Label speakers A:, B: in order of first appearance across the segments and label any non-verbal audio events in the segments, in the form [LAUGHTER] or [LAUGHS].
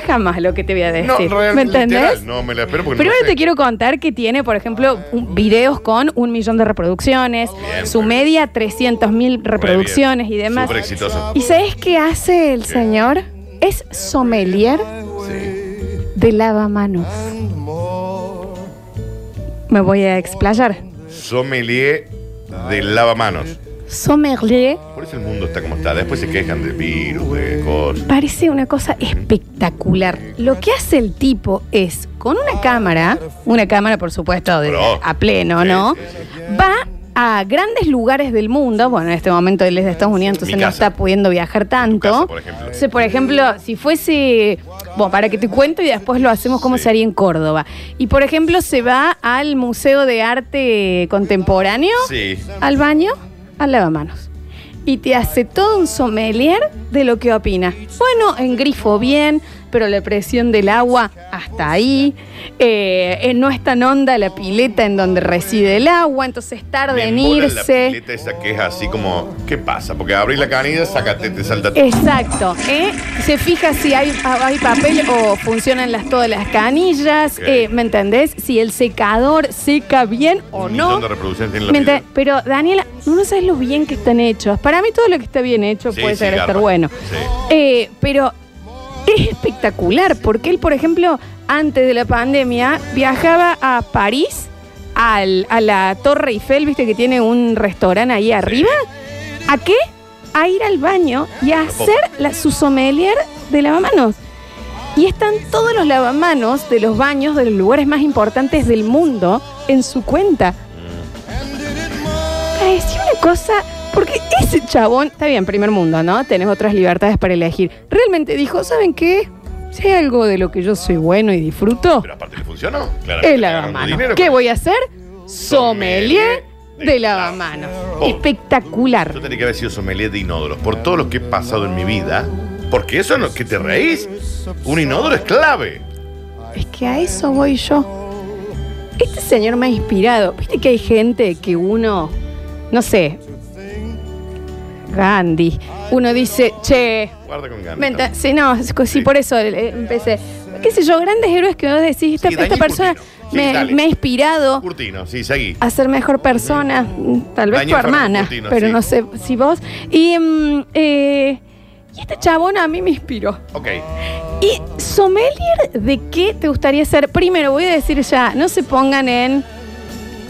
A: jamás lo que te voy a decir.
B: No, real-
A: ¿Me entendés?
B: literal, no me la espero porque no
A: Primero
B: sé. Ah,
A: te quiero contar que tiene, por ejemplo, un- videos con un millón de reproducciones,
B: Bien,
A: su
B: muy bien.
A: media 300 mil reproducciones y demás.
B: Súper exitoso.
A: ¿Y sabes qué hace el señor? Es sommelier
B: Sí.
A: de lavamanos. Me voy a explayar.
B: Sommelier de lavamanos.
A: Sommelier
B: Por eso el mundo está como está. Después se quejan de virus, de cosas.
A: parece una cosa espectacular. Lo que hace el tipo es, con una cámara, una cámara por supuesto de-
B: Pro.
A: a pleno,
B: Sí,
A: ¿no?
B: sí,
A: Va a grandes lugares del mundo, bueno, en este momento él es de Estados Unidos, entonces
B: Mi
A: no
B: casa.
A: está pudiendo viajar tanto.
B: casa, por ejemplo.
A: Entonces, por ejemplo, si fuese, bueno, para que te cuento y después lo hacemos como
B: Sí.
A: se haría en Córdoba. Y por ejemplo, se va al Museo de Arte Contemporáneo
B: Sí.
A: al baño, al lavamanos. Y te hace todo un sommelier de lo que opina. Bueno, en grifo bien, pero la presión del agua hasta ahí. Eh, eh, no es tan honda la pileta en donde reside el agua, entonces tarda
B: Me
A: en
B: embola la
A: irse.
B: pileta esa que es así como, ¿qué pasa? Porque abrís la canilla, sácate, te salta.
A: Exacto. ¿eh? Se fija si hay, hay papel o funcionan las, todas las canillas.
B: Ok.
A: eh, ¿Me entendés? Si el secador seca bien o
B: un
A: no.
B: millón de reproducciones tiene la
A: Me ente-
B: pileta.
A: pero Daniela, no, no sabes lo bien que están hechos. Para mí todo lo que está bien hecho
B: Sí,
A: puede
B: sí,
A: llegar a estar
B: garpa.
A: bueno.
B: Sí.
A: Eh, pero es espectacular, porque él, por ejemplo, antes de la pandemia, viajaba a París, al- a la Torre Eiffel, viste que tiene un restaurante ahí arriba. ¿A qué? A ir al baño y a
B: Loco.
A: hacer la, su sommelier de lavamanos. Y están todos los lavamanos de los baños de los lugares más importantes del mundo en su cuenta. Pareció una cosa, porque ese chabón, está bien, primer mundo, ¿no? Tenés otras libertades para elegir. Realmente dijo, ¿saben qué? Si hay algo de lo que yo soy bueno y disfruto,
B: Pero aparte le funcionó. Claro.
A: es lavamanos. ¿Qué voy a hacer? Sommelier de lavamanos.
B: Oh.
A: Espectacular.
B: Yo tenía que haber sido sommelier de inodoros por todo lo que he pasado en mi vida. Porque eso no, que te reís. Un inodoro es clave.
A: Es que a eso voy yo. Este señor me ha inspirado. Viste que hay gente que uno, no sé, Gandhi, uno dice, che,
B: Guarda con ganas.
A: menta, sí, no, es co- sí, por eso eh, empecé. ¿Qué sé yo? Grandes héroes que vos decís, esta,
B: Sí, Daniel
A: esta persona
B: Curtino. Sí,
A: me,
B: dale.
A: me ha inspirado
B: Curtino, sí, seguí.
A: a ser mejor persona, mm, tal vez
B: Daniel
A: tu hermana,
B: Fernández Curtino,
A: pero
B: sí.
A: no sé si vos. Y, mm, eh, y este chabón a mí me inspiró.
B: Ok.
A: ¿Y sommelier de qué te gustaría ser? Primero, voy a decir ya, no se pongan en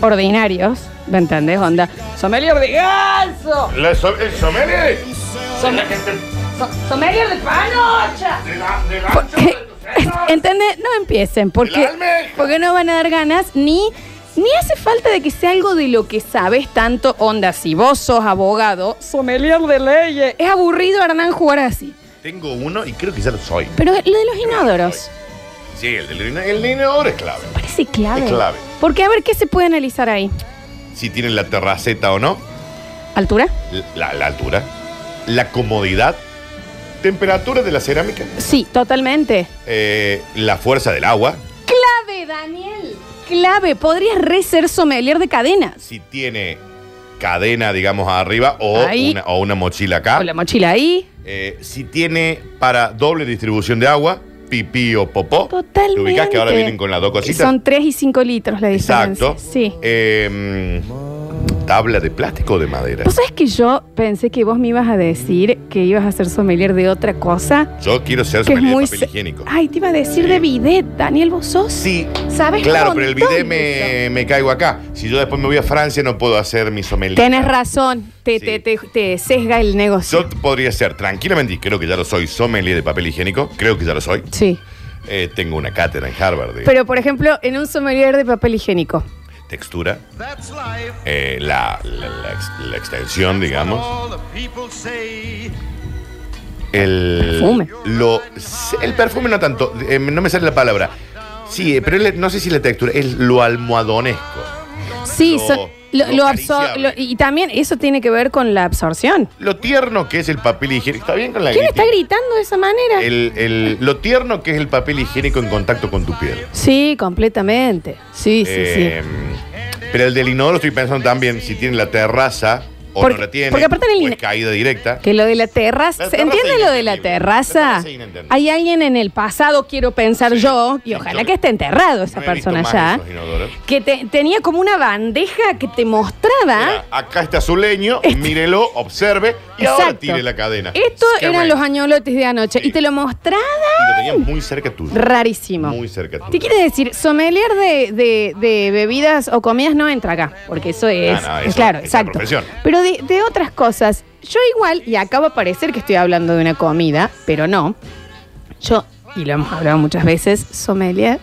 A: ordinarios, ¿me entendés, onda? Sommelier de ganso,
B: La so- el sommelier
A: so- sommelier de panocha.
B: de la- de la-
A: Porque- [LAUGHS] ¿Entendés? No empiecen, porque,
B: ¡La almeja!
A: porque no van a dar ganas ni... Ni hace falta de que sea algo de lo que sabes tanto, onda, si vos sos abogado, sommelier de leyes. Es aburrido, Hernán, jugar así.
B: Tengo uno y creo que ya lo soy.
A: Pero lo de los inodoros,
B: Sí, el del ino- el inodoro es clave.
A: parece clave.
B: Es clave.
A: Porque a ver, ¿qué se puede analizar ahí?
B: Si tienen la terraceta o no,
A: ¿Altura?
B: la, la altura, la comodidad, temperatura de la cerámica,
A: Sí, totalmente.
B: eh, la fuerza del agua,
A: Clave, Daniel. Clave. Podrías re ser sommelier de cadenas.
B: si tiene cadena, digamos, arriba o,
A: Ahí.
B: una, o una mochila acá.
A: Con la mochila ahí.
B: Eh, si tiene para doble distribución de agua, pipí o popó.
A: Totalmente.
B: ¿Te ubicás que ahora vienen con las dos cositas?
A: Son 3 y 5 litros la diferencia.
B: Exacto.
A: Sí.
B: Eh, mm, ¿Tabla de plástico o de madera?
A: ¿Vos sabés que yo pensé que vos me ibas a decir que ibas a ser sommelier de otra cosa?
B: Yo quiero ser
A: Que es
B: sommelier de
A: muy.
B: papel
A: se-
B: higiénico.
A: Ay, te iba a decir
B: Sí.
A: de bidet, Daniel, vos sos.
B: Sí,
A: ¿Sabes
B: claro,
A: un
B: pero el
A: montón
B: bidet
A: de eso.
B: me, me caigo acá. Si yo después me voy a Francia, no puedo hacer mi sommelier.
A: Tenés razón. Te,
B: Sí.
A: te, te, te sesga el negocio.
B: Yo podría ser tranquilamente, y creo que ya lo soy, sommelier de papel higiénico. Creo que ya lo soy.
A: Sí.
B: Eh, tengo una cátedra en Harvard de
A: Pero, por ejemplo, en un sommelier de papel higiénico.
B: textura, eh, la, la- la ex- la extensión, digamos. El
A: Perfume.
B: Lo, el perfume no tanto, eh, no me sale la palabra. Sí, eh, pero es la- no sé si la textura, es lo almohadonesco.
A: Sí,
B: lo-
A: son- lo,
B: lo
A: lo absor- lo-
B: acariciable.
A: y también eso tiene que ver con la absorción.
B: Lo tierno que es el papel higiénico. ¿Está bien con la
A: ¿Quién está
B: gritis?
A: gritando de esa manera?
B: El- el- Lo tierno que es el papel higiénico en contacto con tu piel.
A: Sí, completamente. Sí, sí,
B: Eh, Pero el del inodoro estoy pensando también si tiene la terraza o
A: Porque-
B: no la tiene.
A: porque aparte en el
B: o
A: INE-
B: es caída directa.
A: Que lo de la terraza,
B: La
A: ¿se
B: terraza
A: entiende
B: es
A: lo de la
B: inentendible. La
A: terraza?
B: terraza es inentendible.
A: Hay alguien en el pasado, quiero pensar
B: Sí.
A: yo, y
B: Sí,
A: ojalá
B: yo-
A: que esté enterrado esa
B: No he
A: persona
B: visto
A: ya,
B: más esos inodoros.
A: que te- tenía como una bandeja que te mostraba.
B: Mira, acá está su leño, mírelo, observe y
A: Este-
B: ahora
A: Exacto.
B: tire la cadena.
A: Esto
B: Qué
A: eran
B: bueno.
A: los añolotes de anoche
B: Sí.
A: y te lo mostraba
B: Y Lo tenían muy cerca tuyo.
A: rarísimo.
B: Muy cerca tuyo.
A: ¿Te quiere decir? Sommelier de, de- de bebidas o comidas no entra acá, porque eso es.
B: no, eso
A: claro,
B: es la
A: exacto.
B: profesión.
A: Pero de, de otras cosas, yo igual, y acaba de parecer que estoy hablando de una comida, pero no. Yo, y lo hemos hablado muchas veces, sommelier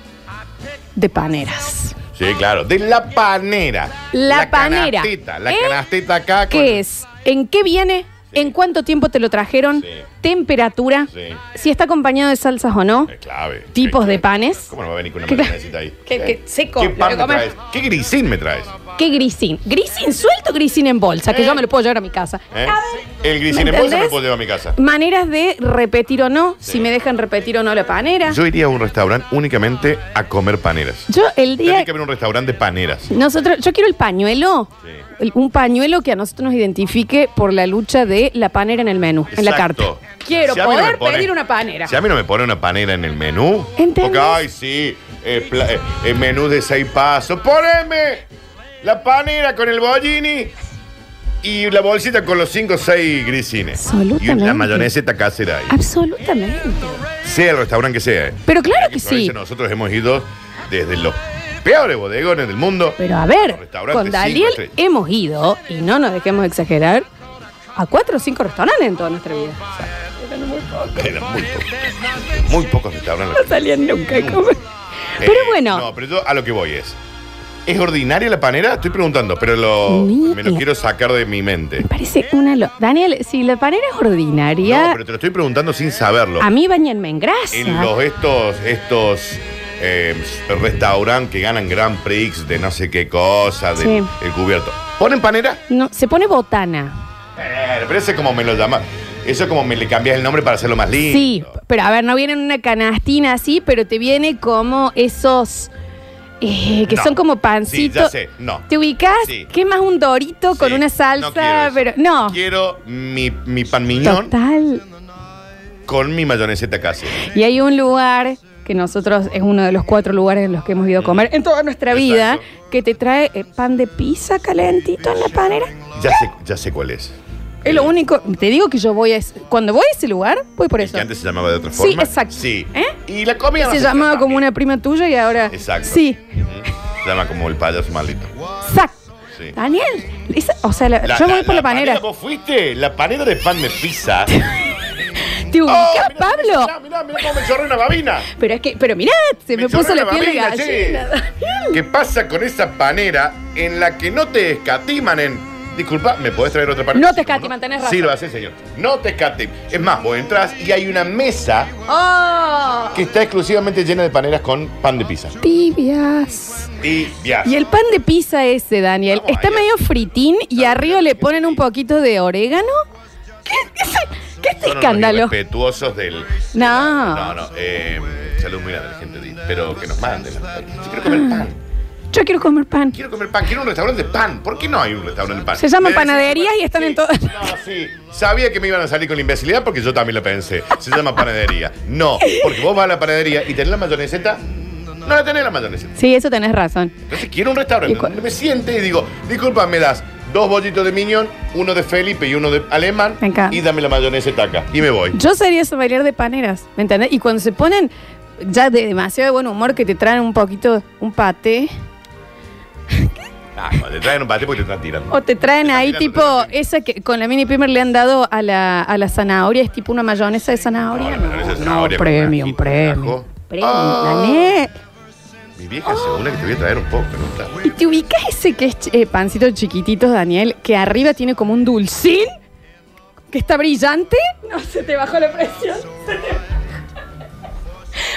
A: de paneras.
B: Sí, claro. De la panera.
A: La panera.
B: Canastita, la
A: ¿Eh?
B: canastita acá. con-
A: ¿Qué es? ¿En qué viene?
B: Sí.
A: ¿En cuánto tiempo te lo trajeron?
B: Sí.
A: ¿Temperatura?
B: Sí.
A: ¿Si está acompañado de salsas o no?
B: Es clave.
A: ¿Tipos
B: Es
A: de
B: clave.
A: panes?
B: ¿Cómo no va a venir con una
A: ¿Qué-
B: mayonesita ahí?
A: qué-
B: Sí.
A: qué seco?
B: ¿Qué
A: Lo
B: pan
A: que
B: me
A: comes.
B: traes? ¿Qué grisín me traes?
A: ¿Qué grisín? ¿Grisín suelto o grisín en bolsa? Que
B: Eh.
A: yo me lo puedo llevar a mi casa. A
B: ¿Eh?
A: ver,
B: El grisín
A: ¿me
B: en bolsa me
A: entendés?
B: puedo llevar a mi casa.
A: Maneras de repetir o no,
B: Sí.
A: si me dejan repetir o no la panera. Yo,
B: Yo iría a un restaurante únicamente a comer paneras.
A: el
B: Tiene
A: día.
B: que haber un restaurante de paneras.
A: Nosotros, yo quiero el pañuelo.
B: Sí.
A: El- Un pañuelo que a nosotros nos identifique por la lucha de la panera en el menú, en la carta.
B: Exacto.
A: Quiero
B: Si a mí no
A: poder
B: me pone-
A: pedir una panera.
B: Si a mí no me pone una panera en el menú.
A: ¿Entendés?
B: Porque, ay, sí, eh, pla- eh, eh, menú de seis pasos. ¡Poneme! La panera con el bollini y la bolsita con los cinco o seis grisines.
A: Absolutamente. Ah.
B: Y la mayoneseta casera ahí.
A: Absolutamente.
B: Sea el restaurante que sea. eh.
A: Pero claro
B: Aquí
A: que
B: en provincia
A: sí.
B: Nosotros hemos ido desde los peores bodegones del mundo.
A: Pero a ver,
B: Restaurante pues,
A: con
B: cinco
A: Daniel
B: estrellas.
A: hemos ido, y no nos dejemos exagerar, a cuatro o cinco restaurantes en toda nuestra vida.
B: Pero muy pocos. Muy pocos restaurantes.
A: salían nunca a comer.
B: Eh,
A: Pero bueno,
B: No, pero yo a lo que voy es. ¿Es ordinaria la panera? Estoy preguntando, pero lo,
A: Ni-
B: me lo quiero sacar de mi mente.
A: me parece una... lo- Daniel, si la panera es
B: No,
A: ordinaria,
B: pero te lo estoy preguntando sin saberlo.
A: a mí bañenme en grasa.
B: En los estos, estos eh, restaurantes que ganan Grand Prix de no sé qué cosa, del
A: Sí.
B: el cubierto. ¿Ponen panera?
A: No, se pone botana.
B: Eh, pero ese es como me lo llama. Eso es como me le cambias el nombre para hacerlo más lindo.
A: Sí, pero a ver, no viene en una canastina así, pero te viene como esos... eh, que
B: No.
A: son como
B: Sí,
A: pancitos.
B: ya sé. No.
A: ¿Te ubicas?
B: Sí.
A: Quemas un dorito con una
B: Sí, no quiero
A: salsa,
B: eso.
A: pero... No,
B: Quiero mi, mi pan miñón
A: total.
B: con mi mayoneseta casi.
A: Y hay un lugar que nosotros es uno de los cuatro lugares en los que hemos ido a comer en toda nuestra
B: Exacto.
A: vida, que te trae eh, pan de pizza calentito en la panera.
B: Ya sé, ya sé cuál es.
A: Es lo único. Te digo que yo voy a. es- Cuando voy a ese lugar, voy por
B: Y
A: eso.
B: que antes se llamaba de otra
A: Sí,
B: forma.
A: exacto.
B: Sí.
A: ¿Eh?
B: Y la comida no
A: Se llamaba como una prima tuya y ahora.
B: Exacto.
A: Sí,
B: Ujú. Se llama como el payaso maldito.
A: exacto.
B: Sí.
A: Daniel, esa- o sea, la- yo voy por la, panera.
B: ¿Vos fuiste? La panera de pan de
A: [LAUGHS]
B: pizza.
A: ¿Te
B: Oh,
A: ubicás,
B: mirá,
A: Pablo?
B: Mirá, mirá, mirá cómo me chorró una babina.
A: Pero es que, pero mirá, se me,
B: chorró
A: puso la
B: una
A: piel de
B: babina, che.
A: gallina. Mm.
B: ¿Qué pasa con esa panera en la que no te escatiman en... Disculpa, ¿me podés traer otra panera?
A: No te escatiman, tenés razón.
B: Sirva, sí, señor. No te escatiman. Es más, vos entras y hay una mesa
A: ¡Oh!
B: que está exclusivamente llena de paneras con pan de pizza.
A: Tibias.
B: Tibias.
A: Y el pan de pizza ese, Daniel,
B: Vamos
A: está
B: allá.
A: medio fritín y arriba le ponen un poquito de orégano. ¿Qué, qué es- qué es este
B: Son unos
A: escándalo?
B: Respetuosos del.
A: No.
B: No, no. Eh, salud muy grande, la gente. de- Pero que nos manden. Yo quiero comer pan.
A: Yo quiero comer pan.
B: Quiero comer pan. Quiero un restaurante de pan. ¿Por qué no hay un restaurante de pan?
A: Se llaman
B: Me decís,
A: panaderías y están
B: sí,
A: en todas-
B: No, sí. Sabía que me iban a salir con la imbecilidad porque yo también lo pensé. Se llama panadería. No, porque vos vas a la panadería y tenés la mayoneseta. No la tenés la mayoneseta.
A: Sí, eso tenés razón.
B: Entonces quiero un
A: ¿Y
B: restaurante
A: cuál?
B: donde me siente y digo, disculpa, me das dos bollitos de minion, uno de Felipe y uno de Alemán,
A: Me encanta.
B: y dame la mayoneseta acá. Y me voy.
A: Yo sería sommelier de paneras, ¿me entendés? Y cuando se ponen ya de demasiado de buen humor que te traen un poquito un paté
B: Ah, te traen un paté porque te están tirando.
A: o te traen
B: Te
A: ahí
B: están
A: tipo
B: tirando, te
A: esa que con la mini primer le han dado a la, a la zanahoria, es tipo una mayonesa de zanahoria.
B: No, la mayonesa de
A: No,
B: zanahoria
A: no,
B: con
A: premium,
B: ají, con
A: premium.
B: ajo.
A: Premium,
B: Ah.
A: Daniel.
B: Mi vieja segura que te voy a traer un poco, ¿no? Está-
A: ¿Y te ubicas ese que es eh, pancito chiquitito, Daniel, que arriba tiene como un dulcín? ¿Que está brillante? No, se te bajó la presión. se te-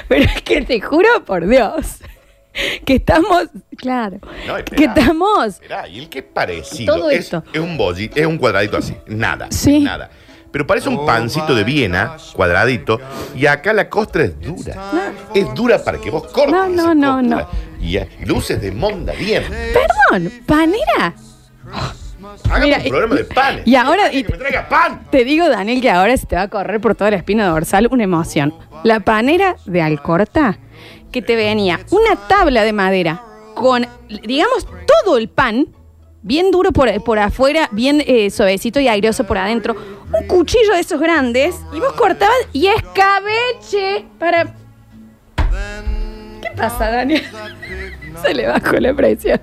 A: Pero es que te juro por Dios que estamos, claro,
B: No, espera.
A: que estamos...
B: Mirá, y el que es parecido.
A: Todo
B: es,
A: esto.
B: Es un bolli, es un cuadradito así. Nada.
A: Sí.
B: Nada. Pero parece un pancito de Viena, cuadradito, y acá la costra es dura. Es dura para que vos cortes.
A: No, no,
B: esa
A: no,
B: costra.
A: no.
B: Y hay luces de monda bien.
A: Perdón, panera. Oh,
B: Hagamos
A: Mira,
B: un
A: y-
B: programa de pan.
A: y ahora- y-
B: que me traiga pan.
A: Te digo, Daniel, que ahora se te va a correr por toda la espina dorsal una emoción. La panera de Alcorta, que te venía una tabla de madera con, digamos, todo el pan, bien duro por, por afuera, bien eh, suavecito y airoso por adentro, un cuchillo de esos grandes, y vos cortabas y escabeche para... ¿Qué pasa, Daniel? [LAUGHS] se le bajó la presión.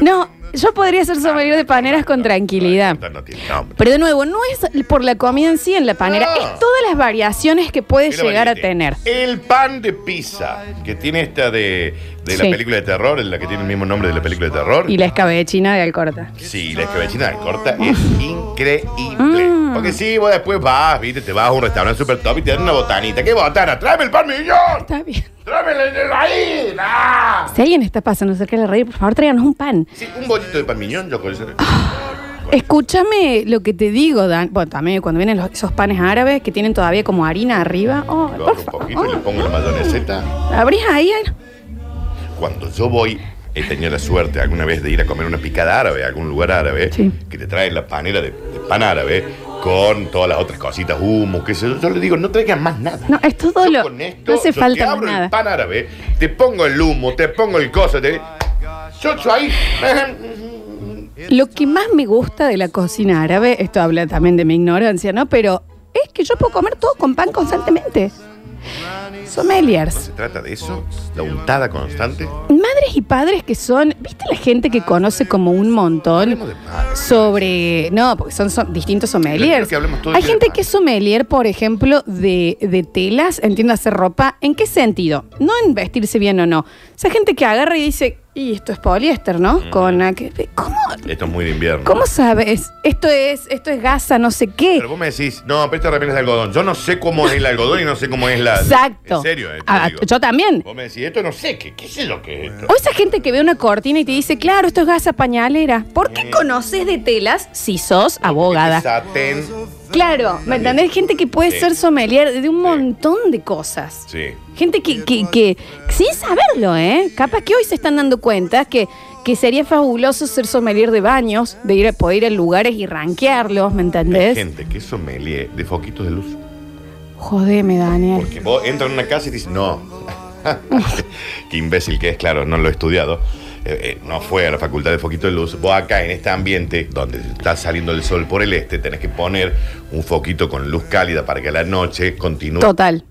A: No, yo podría ser sommelier de paneras con tranquilidad.
B: No, no tiene nombre.
A: Pero de nuevo, no es por la comida en sí en la panera,
B: No.
A: es todas las variaciones que puede
B: Mira,
A: llegar a
B: Valiente,
A: tener.
B: El pan de pizza, que tiene esta de, de la
A: Sí.
B: película de terror, en la que tiene el mismo nombre de la película de terror.
A: Y la escabechina de Alcorta.
B: Sí, la escabechina de corta es increíble.
A: Mm.
B: Porque sí, vos después vas, viste, te vas a un restaurante super top y te dan una botanita. ¿Qué botana? ¡Tráeme el pan millón!
A: Está bien.
B: ¡Tráeme el de maíz! ¡Ah!
A: Si alguien está pasando cerca de la radio, por favor, tráiganos un pan.
B: Sí, un bolito de pan millón, yo con eso-
A: Ah, Escúchame lo que te digo, Dan. Bueno, también cuando vienen los- esos panes árabes que tienen todavía como harina arriba. Oh,
B: Lo
A: por
B: abro un
A: favor.
B: poquito y le pongo la mayoneseta.
A: Abrís ahí. ay,
B: Cuando yo voy, he tenido la suerte alguna vez de ir a comer una picada árabe a algún lugar árabe,
A: Sí.
B: que te traen la panera de, de pan árabe con todas las otras cositas, humo, qué sé yo. Yo le digo, no traigan más nada.
A: No, es todo
B: Yo
A: lo.
B: con esto,
A: No hace
B: yo
A: falta
B: te
A: más
B: abro el
A: nada.
B: pan árabe, te pongo el humo, te pongo el coso, te... Yo, yo ahí...
A: Lo que más me gusta de la cocina árabe, esto habla también de mi ignorancia, ¿no? Pero es que yo puedo comer todo con pan constantemente. Sommeliers.
B: ¿Se trata de eso? ¿La untada constante?
A: Madres y padres que son, ¿viste la gente que conoce como un
B: Hablemos
A: montón
B: de pan.
A: sobre, no, porque son, son distintos
B: Prefiero
A: sommeliers.
B: que hablemos todo el
A: Hay
B: día de
A: gente
B: pan.
A: que es sommelier, por ejemplo, de, de telas, entiendo hacer ropa, ¿en qué sentido? No en vestirse bien o no. O sea, gente que agarra y dice, y esto es poliéster, ¿no?
B: Mm.
A: Con aquel- ¿Cómo?
B: Esto es muy de invierno.
A: ¿Cómo sabes? Esto es, esto es gasa, no sé qué.
B: Pero vos me decís, no, pero esta remera es de algodón. Yo no sé cómo es el algodón y no sé cómo es la...
A: Exacto.
B: En serio, eh, te
A: Ah,
B: digo.
A: yo también.
B: Vos me decís, esto no sé, ¿qué, qué sé lo que es esto?
A: O esa gente que ve una cortina y te dice, claro, esto es gasa pañalera. ¿Por qué
B: Mm.
A: conoces de telas si sos abogada?
B: Satén.
A: Claro, ¿me entendés? Gente que puede
B: Sí.
A: ser sommelier de un
B: Sí.
A: montón de cosas.
B: Sí.
A: Gente que, que, que- sin saberlo, ¿eh? Capaz que hoy se están dando cuenta que, que sería fabuloso ser sommelier de baños, de ir a poder ir a lugares y ranquearlos, ¿me
B: Hay
A: entendés?
B: gente que es sommelier de foquitos de luz.
A: Jodeme, Daniel.
B: Porque vos entras en una casa y dices, no. [LAUGHS] Qué imbécil que es, claro, no lo he estudiado. Eh, eh, no fue a la facultad de Foquito de Luz. Vos acá en este ambiente donde está saliendo el sol por el este, tenés que poner un foquito con luz cálida para que a la noche continúe.
A: Total.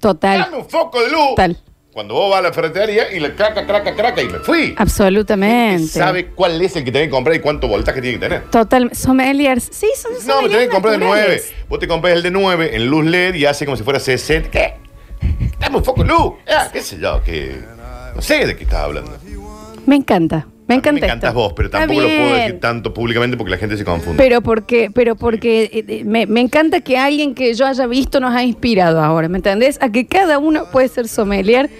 A: Total.
B: Dame un foco de luz.
A: Tal.
B: Cuando vos vas a la ferretería y le craca, craca, craca y me fui. Gente
A: Absolutamente.
B: sabe cuál es el que tenés que comprar y cuánto voltaje tiene que tener.
A: Total, sommeliers. Sí, son
B: No, me
A: sommeliers
B: tenés que comprar de 9.
A: naturales.
B: Vos te compras el de 9 en luz LED y hace como si fuera 60. ¿Qué? Dame un foco de luz. Ah, qué sé yo, que. No sé de qué estás hablando. A mí
A: Me encanta, me encanta
B: Me encantas
A: esto.
B: vos, pero
A: Está
B: tampoco lo puedo
A: bien.
B: decir tanto públicamente porque la gente se confunde.
A: Pero porque, pero porque eh, eh, me, me encanta que alguien que yo haya visto nos ha inspirado ahora, ¿me entendés? A que cada uno puede ser sommelier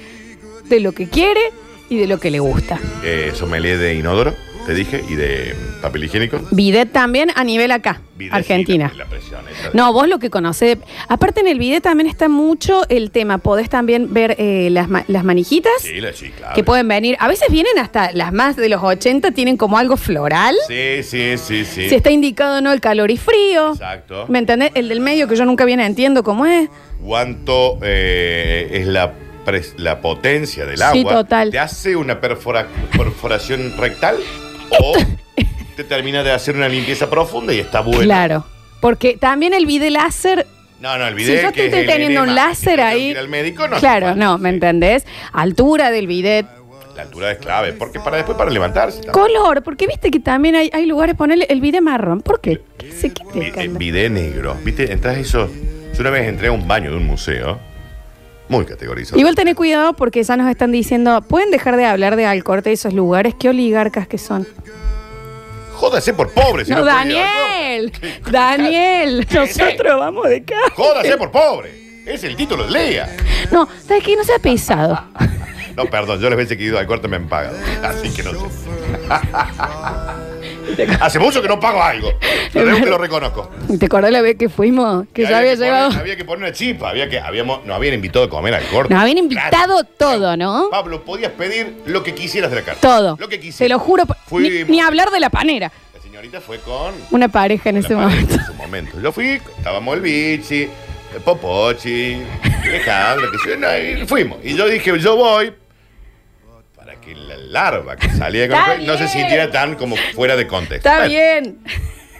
A: de lo que quiere y de lo que le gusta.
B: Eh, sommelier de inodoro, te dije, y de mm, papel higiénico.
A: Bidet también a nivel acá,
B: Videcina,
A: Argentina.
B: La presión, esa.
A: No, vos lo que conocés. Aparte en el bidet también está mucho el tema. Podés también ver eh, las, ma- las manijitas.
B: Sí, la chica.
A: que pueden venir. A veces vienen hasta las más de los 80, tienen como algo floral.
B: Sí, sí, sí, sí.
A: Si está indicado o no el calor y frío.
B: Exacto.
A: ¿Me entendés? El del medio que yo nunca bien entiendo cómo es.
B: cuánto eh, es la, pres- la potencia del agua.
A: Sí, total.
B: ¿Te hace una perfora- perforación rectal? ¿O te termina de hacer una limpieza profunda y está bueno?
A: Claro. Porque también el video láser.
B: No, no,
A: Si
B: olvidé
A: yo
B: que
A: estoy
B: es el
A: teniendo un
B: enema. Si
A: láser
B: yo tengo que
A: ahí.
B: ir al médico, no.
A: claro,
B: hace falta.
A: no, ¿me entendés? Altura del bidet,
B: La altura es clave, porque para después para levantarse. también.
A: color, porque viste que también hay, hay lugares, ponerle el bidet marrón. ¿Por qué? ¿Qué se qué te
B: Vi- eh,
A: encanta?
B: Vidé negro. ¿Viste? Entras eso. Yo una vez entré a un baño de un museo. Muy categorizado.
A: Igual tenés cuidado porque ya nos están diciendo, pueden dejar de hablar de Alcorte y esos lugares, qué oligarcas que son.
B: Jódase por pobre. si
A: No,
B: puede ir al
A: Daniel, [LAUGHS]
B: [LAUGHS]
A: Daniel, nosotros vamos de casa.
B: baño. Jódase por pobre. Es el título del día.
A: No, ¿sabes qué? No sea
B: [LAUGHS]
A: pesado.
B: No, perdón, yo les veces que he ido al corte me han pagado. Así que no
A: [LAUGHS]
B: sé. Hace mucho que no pago algo. Lo, tengo que lo reconozco.
A: ¿Te acordás la vez que fuimos? [LAUGHS] Que ya había
B: que poner-
A: llegado.
B: había que poner una chipa. Había que, habíamos, nos habían invitado a comer al corte.
A: Nos habían
B: Claro.
A: invitado todo, ¿no?
B: Pablo, podías pedir lo que quisieras de la carta.
A: Todo.
B: Lo que quisieras.
A: Te lo juro. por- Ni,
B: Fuimos.
A: ni hablar de la panera.
B: La señora señorita fue con.
A: Una pareja en
B: la
A: ese
B: pareja
A: momento. [LAUGHS]
B: En su momento. Yo fui, estábamos el bichi, el popochi, Alejandro, que yo, no, y fuimos. Y yo dije, yo voy. Para que la larva que salía con
A: Está
B: el- no se
A: bien.
B: sintiera tan como fuera de contexto.
A: Está
B: Bueno,
A: bien.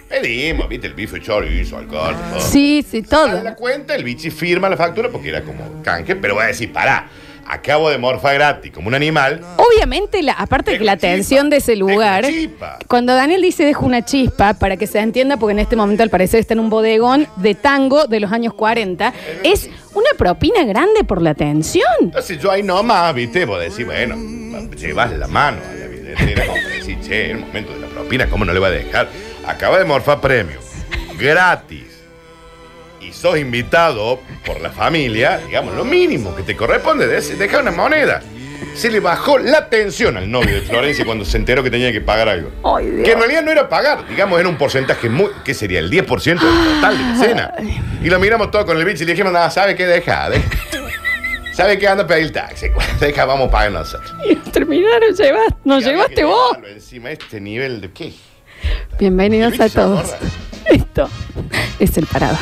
B: Pedimos, viste, el bife chorizo, alcohol. todo.
A: Sí, sí,
B: Sale
A: todo.
B: la cuenta, el bichi firma la factura porque era como canje, pero voy a decir, pará, acabo de morfa gratis como un animal.
A: Obviamente, la, aparte de
B: Deja
A: que la
B: una chispa,
A: tensión de ese
B: deja
A: lugar,
B: una chispa.
A: cuando Daniel dice dejo una chispa, para que se entienda, porque en este momento al parecer está en un bodegón de tango de los años 40, es una propina grande por la
B: [LAUGHS]
A: tensión.
B: Entonces yo ahí nomás, viste, vos decís, bueno, llevas la mano a la billetera como para decir, che, en el momento de la propina, ¿cómo no le va a dejar? Acaba de morfar premio, gratis. Y sos invitado por la familia, digamos, lo mínimo que te corresponde, es dejar una moneda. Se le bajó la tensión al novio de Florencia cuando se enteró que tenía que pagar algo.
A: Ay, Dios.
B: Que en realidad no era pagar, digamos, era un porcentaje muy. ¿Qué sería? El 10% del total de la cena. Y lo miramos todo con el bicho y le dijimos, nada, ¿sabe qué deja? De- ¿Sabe qué anda a pedir el taxi? [LAUGHS] Deja, vamos a pagar nosotros.
A: Y terminaron, llevas, nos
B: Y había que
A: llevaste vos.
B: llevarlo Encima este nivel de qué.
A: Bienvenidos a
B: Luisa
A: todos.
B: Borra.
A: Esto es el parado.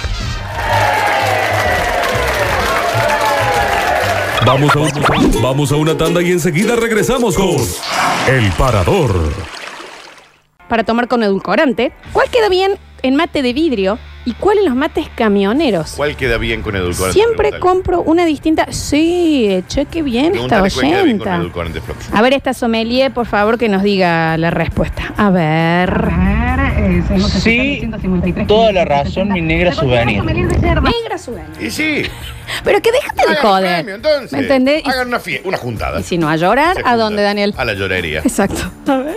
C: Vamos a, un- vamos a una tanda y enseguida regresamos con El Parador.
A: Para tomar con edulcorante, ¿cuál queda bien en mate de vidrio y cuál en los mates camioneros?
B: ¿Cuál queda bien con edulcorante?
A: Siempre
B: Pregúntale.
A: compro una distinta. Sí, cheque bien esta
B: Pregúntale cuál queda bien con
A: oyenta.
B: edulcorante, Flox.
A: A ver, esta sommelier, por favor, que nos diga la respuesta. A ver.
D: Sí, toda la razón, mi negra souvenir.
A: Negra suena.
B: Y sí.
A: Pero que déjate de
B: hagan
A: joder.
B: premio, entonces.
A: ¿Me entendés? Y-
B: Hagan una, fie- una juntada.
A: Y si no a llorar,
B: Se
A: ¿a
B: juntan.
A: dónde, Daniel?
B: A la llorería.
A: Exacto. A ver.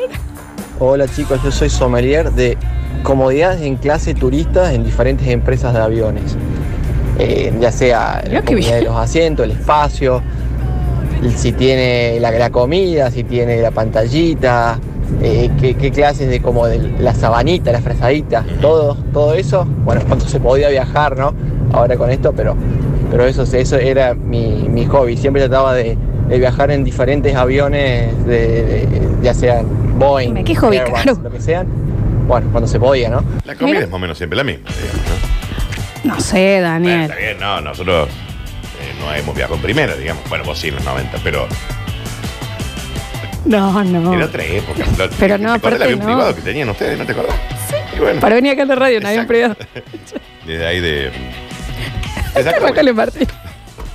E: Hola chicos, yo soy sommelier de comodidades en clase turistas en diferentes empresas de aviones. Eh, ya sea
A: Mirá
E: la
A: qué
E: comodidad de
A: bien.
E: los asientos, el espacio, el- si tiene la, la comida, si tiene la pantallita, eh, qué, qué clases de como de la sabanita, la frazadita, todo, todo eso. Bueno, cuando se podía viajar, ¿no? Ahora con esto, pero, pero eso, eso era mi, mi hobby. Siempre trataba de, de viajar en diferentes aviones, de, de- ya sean Boeing,
A: Qué hobby, claro.
E: lo que sean. Bueno, cuando se podía, ¿no?
B: La comida
A: Mira.
B: es más o menos siempre la misma, digamos, ¿no?
A: No sé,
B: Bueno,
A: Daniel.
B: está bien, no, nosotros eh, no hemos viajado en primera, digamos. Bueno, vos sí en los 90, pero
A: No, no.
B: en otra época. Lo-
A: Oh. Pero
B: ¿te
A: no,
B: acordás
A: aparte
B: del avión
A: no.
B: privado que tenían ustedes? ¿No te acordás? Sí. Y bueno,
A: Para venir acá a la radio, no había
B: Exacto.
A: privado.
B: [LAUGHS] desde ahí de...
A: [LAUGHS]
B: mm, Desde acá,
A: Arrancale, Martín.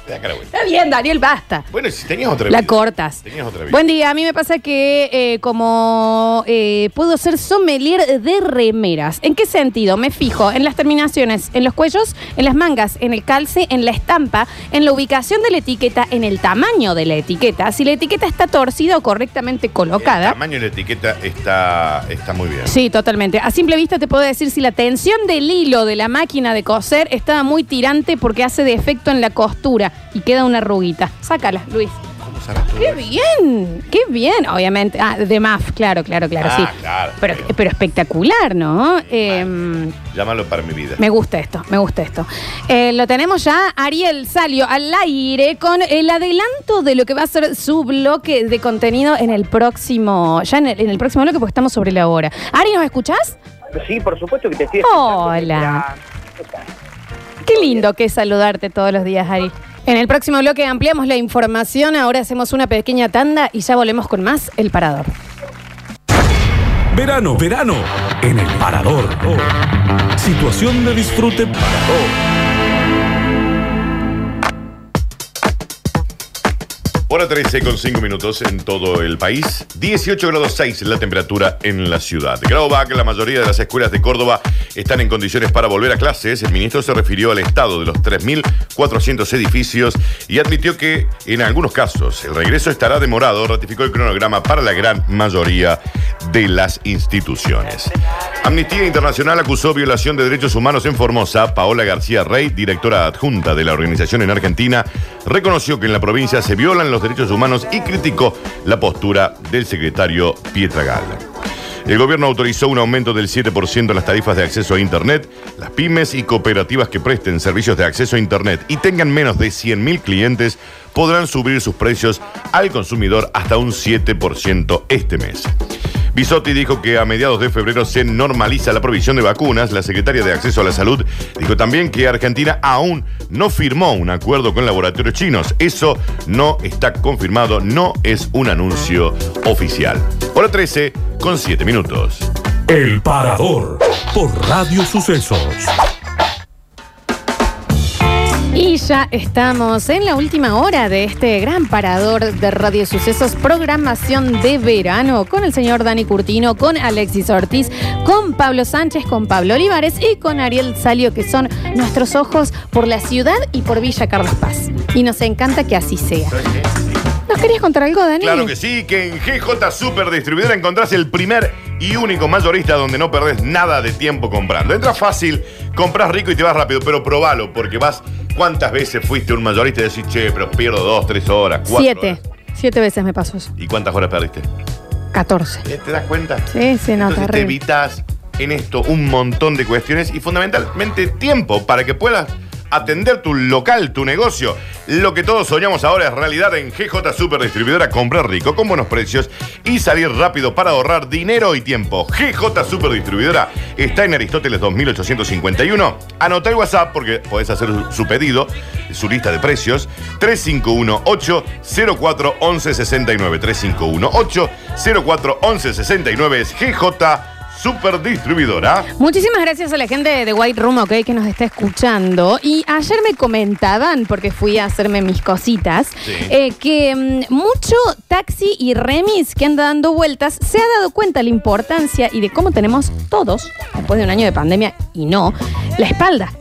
B: desde acá la vuelta.
A: Está bien, Daniel, basta.
B: Bueno, si tenías otra
A: La
B: vida,
A: cortas.
B: Tenías otra vida.
A: Buen día, a mí me pasa que eh, como eh, puedo ser sommelier de remeras. ¿En qué sentido? Me fijo en las terminaciones, en los cuellos, en las mangas, en el calce, en la estampa, en la ubicación de la etiqueta, en el tamaño de la etiqueta. Si la etiqueta está torcida o correctamente
B: El
A: colocada.
B: tamaño de la etiqueta está, está muy bien.
A: Sí, totalmente. A simple vista te puedo decir si la tensión del hilo de la máquina de coser está muy tirante porque hace defecto en la costura y queda una arruguita. Sácala, Luis.
B: ¿Cómo sabes tú?
A: ¡Qué bien! ¡Qué bien! Obviamente. Ah, de MAF, claro, claro, claro,
B: Ah,
A: sí.
B: claro.
A: Pero, pero espectacular, ¿no? Eh,
B: Llámalo para mi vida.
A: me gusta esto, me gusta esto. Eh, lo tenemos ya, Ariel Salio, al aire con el adelanto de lo que va a ser su bloque de contenido en el próximo, ya en el, en el próximo bloque porque estamos sobre la hora. Ari, ¿nos escuchás?
F: Sí, por supuesto que te estoy
A: Hola. Qué lindo que es saludarte todos los días, Ari. En el próximo bloque ampliamos la información, ahora hacemos una pequeña tanda y ya volvemos con más El Parador.
C: Verano, verano, en El Parador. Situación de disfrute para todos.
B: Hora 13 con 5 minutos en todo el país. 18 grados 6 la temperatura en la ciudad. Grado que la mayoría de las escuelas de Córdoba están en condiciones para volver a clases. El ministro se refirió al estado de los 3.400 edificios y admitió que en algunos casos el regreso estará demorado. Ratificó el cronograma para la gran mayoría de las instituciones. Amnistía Internacional acusó violación de derechos humanos en Formosa. Paola García Rey, directora adjunta de la organización en Argentina, reconoció que en la provincia se violan los derechos humanos y criticó la postura del secretario Pietra Galla. El gobierno autorizó un aumento del 7% en las tarifas de acceso a Internet. Las pymes y cooperativas que presten servicios de acceso a Internet y tengan menos de 100.000 clientes podrán subir sus precios al consumidor hasta un 7% este mes. Bisotti dijo que a mediados de febrero se normaliza la provisión de vacunas. La secretaria de Acceso a la Salud dijo también que Argentina aún no firmó un acuerdo con laboratorios chinos. Eso no está confirmado, no es un anuncio oficial. Hora 13 con 7 minutos.
C: El Parador por Radio Sucesos.
A: Y ya estamos en la última hora de este gran parador de Radio Sucesos, programación de verano, con el señor Dani Curtino, con Alexis Ortiz, con Pablo Sánchez, con Pablo Olivares y con Ariel Salio, que son nuestros ojos por la ciudad y por Villa Carlos Paz. Y nos encanta que así sea. ¿Nos querías contar algo, Dani?
B: Claro que sí, que en GJ Super Distribuidora encontrás el primer y único mayorista donde no perdés nada de tiempo comprando. Entra fácil, compras rico y te vas rápido, pero probalo, porque vas. ¿Cuántas veces fuiste a un mayorista y decís, che, pero pierdo dos, tres horas, cuatro?
A: Siete.
B: horas"?
A: Siete veces me pasó eso.
B: ¿Y cuántas horas perdiste?
A: Catorce.
B: ¿Eh? ¿Te das cuenta?
A: Sí, sí, no,
B: Entonces te
A: terrible.
B: evitas en esto un montón de cuestiones y fundamentalmente tiempo para que puedas atender tu local, tu negocio. Lo que todos soñamos ahora es realidad en GJ Super Distribuidora. Comprar rico con buenos precios y salir rápido para ahorrar dinero y tiempo. GJ Super Distribuidora está en Aristóteles 2851. Anota el WhatsApp porque podés hacer su pedido, su lista de precios. 3518-041169. 3518-041169 es GJ Super Distribuidora.
A: Muchísimas gracias a la gente de White Room, ok, que nos está escuchando. Y ayer me comentaban, porque fui a hacerme mis cositas,
B: Sí.
A: eh, que mm, mucho taxi y remis que anda dando vueltas se ha dado cuenta de la importancia y de cómo tenemos todos, después de un año de pandemia y no, la espalda.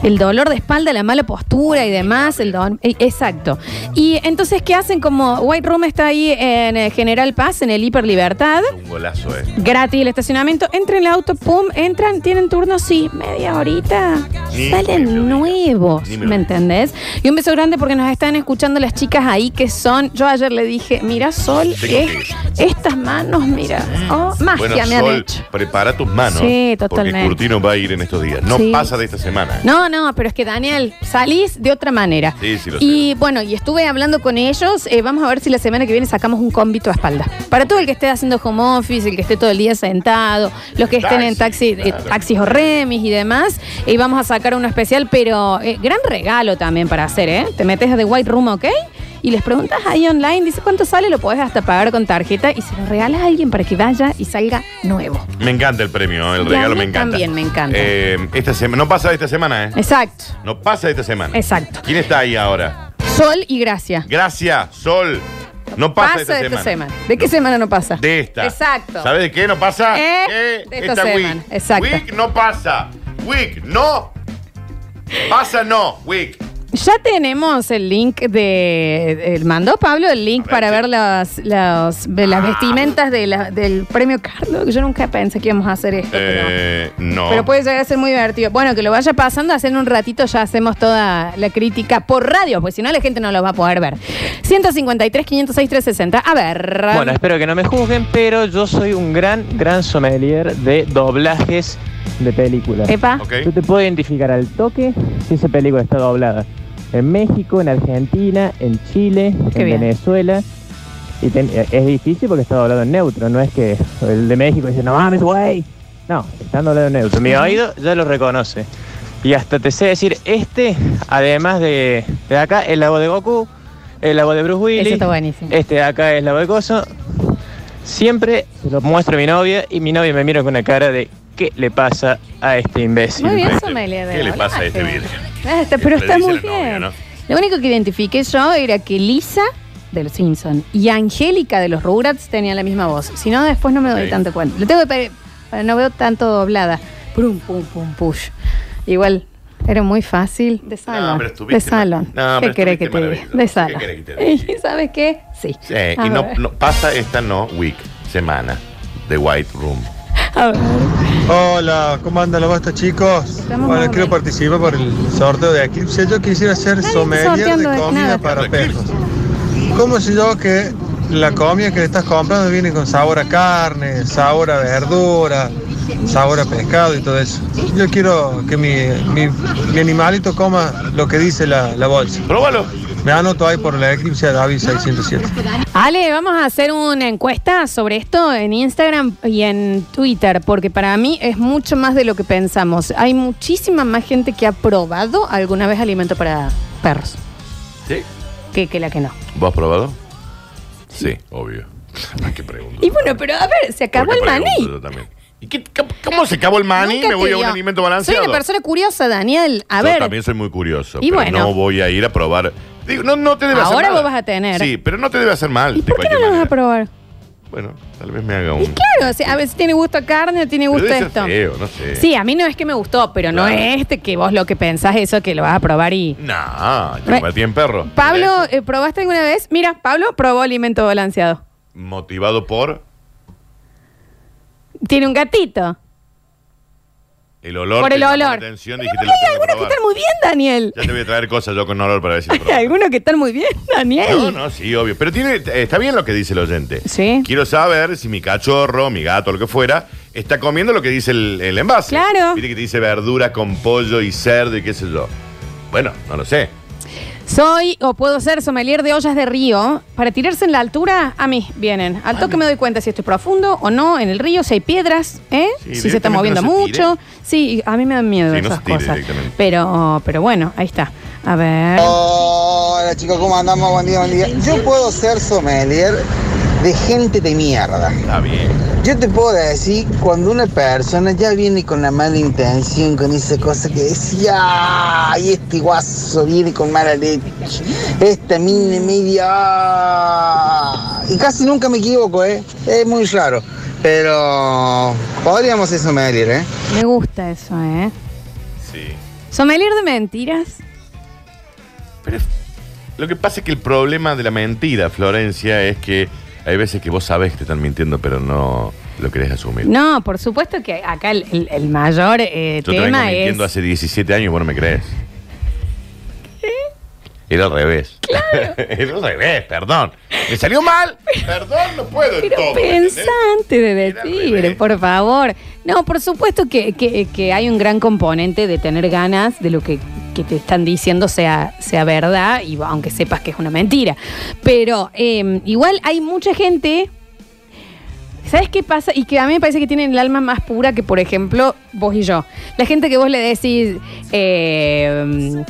A: El dolor de espalda, la mala postura y demás. El don- eh, Exacto. Y entonces, ¿qué hacen? Como White Room está ahí en eh, General Paz, en el Hiper Libertad.
B: Un golazo, eh.
A: Gratis el estacionamiento. Entra en el auto, pum, entran, tienen turno, sí, media horita.
B: Ni me lo
A: Salen
B: digas.
A: nuevos,
B: Ni
A: me,
B: me lo digas.
A: entendés? Y un beso grande porque nos están escuchando las chicas ahí que son. Yo ayer le dije, mira, Sol,
B: Tengo
A: eh,
B: que
A: estas manos, mira. Oh, magia
B: Bueno,
A: me han
B: Sol,
A: hecho.
B: prepara tus manos.
A: Sí, totalmente.
B: Porque Curtino va a ir en estos días. No
A: Sí.
B: pasa de esta semana.
A: No, no, pero es que Daniel, salís de otra manera.
B: Sí, sí, lo
A: y bueno, y estuve hablando con ellos. eh, vamos a ver si la semana que viene sacamos un combito a espalda. Para todo el que esté haciendo home office, el que esté todo el día sentado, los que estén en
B: Taxi,
A: taxi, eh,
B: claro.
A: taxis o remis y demás, y vamos a sacar uno especial, pero eh, gran regalo también para hacer, ¿eh? Te metes a The White Room, ¿ok? Y les preguntas ahí online, dice cuánto sale, lo podés hasta pagar con tarjeta y se lo regalas a alguien para que vaya y salga nuevo.
B: Me encanta el premio, el
A: Y a
B: regalo
A: mí
B: me encanta.
A: también me encanta.
B: Eh, esta sema- no pasa de esta semana, ¿eh?
A: Exacto,
B: No pasa de esta semana.
A: exacto.
B: ¿Quién está ahí ahora?
A: Sol y gracia.
B: Gracias, Sol. No pasa,
A: Pasa
B: de esta semana.
A: ¿De qué
B: No,
A: semana no pasa?
B: De esta.
A: Exacto.
B: ¿Sabes de qué no pasa?
A: Eh,
B: Eh,
A: de esta semana.
B: week.
A: Exacto.
B: Week no pasa. Week no. Pasa no. Week.
A: Ya tenemos el link de. El mandó Pablo el link
B: A ver,
A: para
B: sí. Ah.
A: ver las, las, de las vestimentas de la- del premio Carlos. Yo nunca pensé que íbamos a hacer esto. pero-
B: Eh, no.
A: pero, puede llegar a ser muy divertido. Bueno, que lo vaya pasando, hacer un ratito ya hacemos toda la crítica por radio, porque si no la gente no lo va a poder ver. 153, 506, 360. A ver.
E: Bueno, espero que no me juzguen, pero yo soy un gran, gran sommelier de doblajes de películas.
A: Epa.
B: Ok.
E: Yo te puedo identificar al toque si esa película está doblada. En México, en Argentina, en Chile,
A: Qué
E: en
A: bien.
E: Venezuela. Y ten- es difícil porque está doblado en neutro, no es que el de México dice, no mames, güey. No, está doblado en neutro. Mi oído ya lo reconoce. Y hasta te sé decir, este, además de, de acá, es la voz de Goku, es la voz de Bruce Willis.
A: Eso está buenísimo.
B: Eh,
E: Este de acá es la voz de Coso. Siempre se lo muestro a mi novia y mi novia me mira con una cara de ¿qué le pasa a este imbécil?
A: Muy bien,
B: Este,
A: sommelier de
B: ¿qué le pasa a
A: doblaje.
B: este virgen?
A: Ah, está- pero
B: Le
A: está
B: dice
A: muy
B: la novia,
A: bien.
B: ¿no?
A: Lo único que identifiqué yo era que Lisa de los Simpsons y Angélica de los Rugrats tenían la misma voz. Si no, después no me doy
B: Ok.
A: tanto cuenta. Lo tengo que pe- pero no veo tanto doblada. Prum, pum, pum, push. Igual, era muy fácil. De salón.
B: pero estuviste
A: de salón.
B: ma- no,
A: ¿Qué
B: pero
A: querés que
B: estuviste
A: te diga?
B: maravilloso.
A: De
B: ¿Qué
A: salón.
B: querés que te diga?
A: [LAUGHS] ¿Y sabes qué? Sí.
B: Sí,
A: A
B: y no,
A: ver.
B: no- pasa esta no week, semana de White Room.
A: A ver.
G: Hola, ¿cómo andan los bastos chicos?
A: Estamos más o
G: bueno, quiero
A: menos.
G: participar por el sorteo de Eclipse. Yo quisiera ser
A: está
G: sommelier de
A: sorteando de nada.
G: comida para
B: Sorteando
G: perros. ¿Cómo sé yo que la comida que le estás comprando viene con sabor a carne, sabor a verdura, sabor a pescado y todo eso? Yo quiero que mi, mi- mi animalito coma lo que dice la, la bolsa.
B: Próbalo.
G: Me anoto ahí por la eclipse de David 607.
A: Ale, vamos a hacer una encuesta sobre esto en Instagram y en Twitter, porque para mí es mucho más de lo que pensamos. Hay muchísima más gente que ha probado alguna vez alimento para perros
B: ¿Sí?
A: que, que la que no.
B: ¿Vos has probado? Sí, obvio. [LAUGHS] ¿Para qué pregunto?
A: Y bueno, pero a ver, se acabó el
B: Porque pregunto
A: maní.
B: Yo también. ¿Y qué- cómo- ¿Cómo se acabó el maní?
A: Nunca
B: Me voy
A: te
B: a un
A: dio.
B: alimento balanceado.
A: Soy una persona curiosa, Daniel. A
B: Yo
A: ver,
B: también soy muy curioso.
A: Y
B: pero
A: bueno.
B: No voy a ir a probar. Digo, no, no te debe hacer
A: Ahora
B: nada.
A: vos vas a tener.
B: Sí, pero no te debe hacer mal.
A: ¿y
B: de
A: por qué no lo
B: cualquier
A: vas a
B: manera.
A: probar?
B: Bueno, tal vez me haga un.
A: Claro, o sea, a ver si tiene gusto a carne o tiene
B: Pero
A: gusto a
B: debe ser
A: esto.
B: feo, no sé.
A: Sí, a mí no es que me gustó, pero no
B: Claro.
A: es este que vos lo que pensás eso que lo vas a probar y...
B: No, yo
A: Re-
B: convertí en perro.
A: Pablo, eh, ¿probaste alguna vez? Mira, Pablo probó alimento balanceado.
B: Motivado por
A: Tiene un gatito.
B: el olor.
A: Por
B: te
A: el
B: llamó la
A: olor.
B: atención,
A: Pero porque
B: dijiste, lo
A: hay
B: tengo que
A: algunos que
B: probar.
A: están muy bien, Daniel.
B: Ya te voy a traer cosas yo con olor
A: [LAUGHS]
B: para decir.
A: Hay algunos que están muy bien, [LAUGHS] Daniel.
B: No, no, sí, obvio. Pero tiene, eh, está bien lo que dice el oyente.
A: Sí.
B: Quiero saber si mi cachorro, mi gato, lo que fuera, está comiendo lo que dice el, el envase.
A: Claro.
B: Viste que te dice verdura con pollo y cerdo y qué sé yo. Bueno, no lo sé.
A: Soy o puedo ser sommelier de ollas de río. Para tirarse en la altura, a mí vienen. Al
B: Ah,
A: toque me doy cuenta si estoy profundo o no, en el río, si hay piedras, ¿eh? si
B: Sí,
A: se está moviendo
B: directamente no se tire.
A: mucho. Sí, a mí me dan miedo
B: Sí, no
A: esas
B: se tire
A: cosas.
B: directamente.
A: Pero, pero bueno, ahí está. A ver.
H: Hola chicos, ¿cómo andamos? Buen día, buen día. Yo puedo ser sommelier de gente de mierda.
B: Está bien.
H: Yo te puedo decir, cuando una persona ya viene con la mala intención, con esa cosa que decía, ay, este guaso viene con mala leche, este esta mina media, ah". y casi nunca me equivoco, ¿eh? es muy raro, pero podríamos ser sommelier, ¿eh?
A: Me gusta eso, ¿eh?
B: Sí.
A: Sommelier de mentiras.
B: Pero es- lo que pasa es que el problema de la mentira, Florencia, es que hay veces que vos sabés que te están mintiendo, pero no lo querés asumir.
A: No, por supuesto que acá el, el- el mayor eh,
B: Yo te vengo
A: tema es.
B: mintiendo hace 17 años y vos no me crees. Era al revés. Claro. [LAUGHS] Era al revés, perdón. Me salió mal. Perdón, no puedo. en
A: Pero
B: todo, ¿entendés?
A: pensante de
B: Era al revés.
A: decir, por favor. No, por supuesto que, que- que hay un gran componente de tener ganas de lo que, que te están diciendo sea, sea verdad, y aunque sepas que es una mentira. Pero eh, igual hay mucha gente. ¿Sabes qué pasa? Y que a mí me parece que tienen el alma más pura que, por ejemplo, vos y yo. La gente que vos le decís. eh,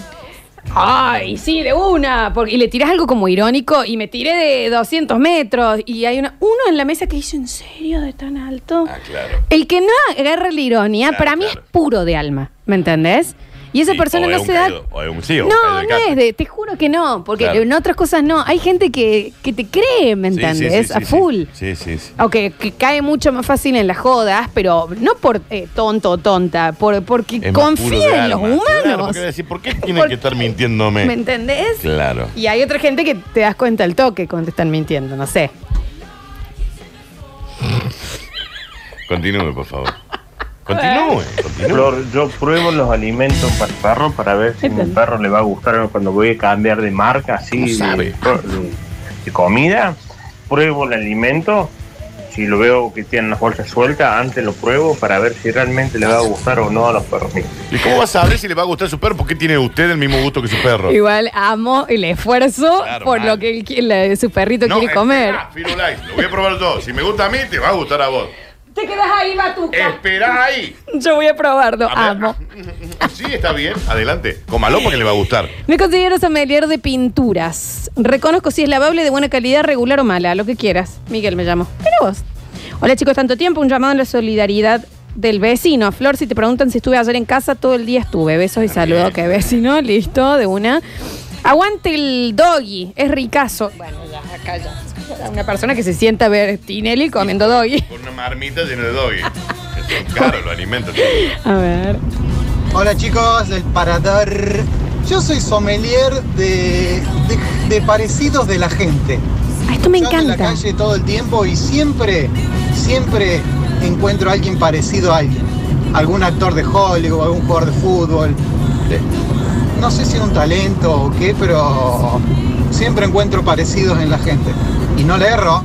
A: Ay, sí, de una. Porque, y le tirás algo como irónico y me tiré de 200 metros y hay una, uno en la mesa que dice, ¿en serio de tan alto?
B: Ah, claro.
A: El que no agarra la ironía,
B: Claro,
A: para mí
B: claro.
A: es puro de alma, ¿me entendés? Y esa
B: Sí,
A: persona
B: o es
A: no
B: un
A: se da...
B: caído- o es un- sí, o un caído
A: no,
B: de
A: no
B: cárcel.
A: es de, te juro que no, porque
B: Claro.
A: en otras cosas no. Hay gente que, que te cree, ¿me
B: Sí, sí, sí,
A: entendés?
B: sí,
A: a
B: sí.
A: full.
B: Sí, sí, sí.
A: Aunque que cae mucho más fácil en las jodas, pero no por eh, tonto o tonta, por, porque
B: Es más puro de
A: confía en los
B: alma.
A: humanos.
B: Claro, porque decir, ¿por qué tienen
A: Por-
B: que estar mintiéndome?
A: ¿Me entendés?
B: Claro.
A: Y hay otra gente que te das cuenta al toque cuando te están mintiendo, no sé.
B: Continúe, por favor. Continúe, continúe.
I: Flor, yo pruebo los alimentos para el perro para ver si mi perro le va a gustar o no cuando voy a cambiar de marca, así
B: No sabe.
I: de, de- de comida. Pruebo el alimento. Si lo veo que tiene las bolsas sueltas, antes lo pruebo para ver si realmente le va a gustar o no a los perros. míos.
B: ¿Y cómo vas a saber si le va a gustar su perro? ¿Por qué tiene usted el mismo gusto que su perro?
A: Igual amo el esfuerzo
B: Claro,
A: por
B: mal.
A: lo que él qui- la- su perrito quiere
B: espera,
A: comer.
B: Firulais, lo voy a probar yo. Si me gusta a mí, te va a gustar a vos.
A: Te quedas ahí, Batuca.
B: Esperá ahí.
A: Yo voy a probarlo,
B: Eh. A ver,
A: amo.
B: ah, Sí, está bien. Adelante. Cómalo porque le va a gustar.
A: Me considero sommelier de pinturas. Reconozco si es lavable, de buena calidad, regular o mala, lo que quieras. Miguel me llamo. Pero vos. Hola chicos, tanto tiempo, un llamado a la solidaridad del vecino. Flor, si te preguntan si estuve ayer en casa, todo el día estuve. Besos y saludos. Que vecino, listo, de una. Aguante el doggy, es ricazo. Bueno, ya, acá ya. Una persona que se sienta a ver Tinelli comiendo doggy.
B: Con una marmita llena de doggy. Eso, Claro, lo alimento.
A: A ver.
H: Hola chicos del Parador. Yo soy sommelier de, de- de parecidos de la gente.
A: Ah, esto me
H: Yo ando en la
A: encanta.
H: calle todo el tiempo y siempre, siempre encuentro a alguien parecido a alguien. Algún actor de Hollywood, algún jugador de fútbol. Eh, No sé si es un talento o qué, pero siempre encuentro parecidos en la gente. Y no le erro,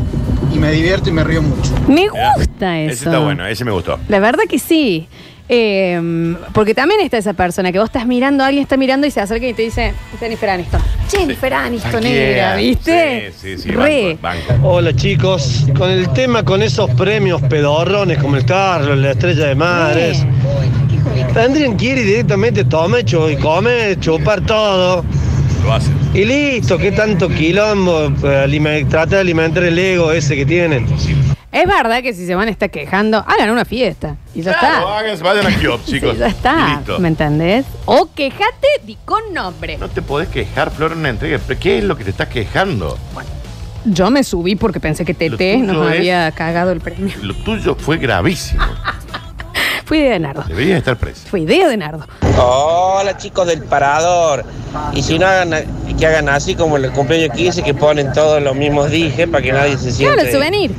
H: y me divierto y me río mucho.
A: Me gusta eso.
B: Ese está bueno, ese me gustó.
A: La verdad que sí. eh, porque también está esa persona que vos estás mirando, alguien está mirando y se acerca y te dice, Jennifer Aniston. Jennifer Aniston era,
B: Cualquiera.
A: ¿viste?
B: Sí, sí, sí.
A: Re.
B: Banco, banco.
J: Hola chicos, con el tema, con esos premios pedorrones como el Carlos, la Estrella de Mares, tendrían que ir y directamente tome chu- y come, chupar todo.
B: Lo hacen.
J: Y listo, qué tanto quilombo, eh, alime- trata de alimentar el ego ese que tienen.
A: Es verdad que si se van a estar quejando, hagan una fiesta. Y ya
B: Claro,
A: está.
B: háganse, vayan a Kiop, chicos.
A: Sí, ya
B: Y
A: está.
B: listo.
A: ¿Me entendés? O quejate di con nombre.
B: No te podés quejar, Flor, en una entrega. ¿Pero ¿Qué es lo que te estás quejando?
A: Yo me subí porque pensé que
B: Lo
A: Tete
B: tuyo
A: nos
B: es-
A: había cagado el premio. [LAUGHS]
B: Lo tuyo fue gravísimo.
A: Fui de Nardo.
B: Deberías estar preso.
A: Fue idea de Nardo.
E: Hola chicos del parador. Y si no hagan, que hagan así como el cumpleaños 15 que ponen todos los mismos dije para que nadie se sienta.
A: Claro, el souvenir.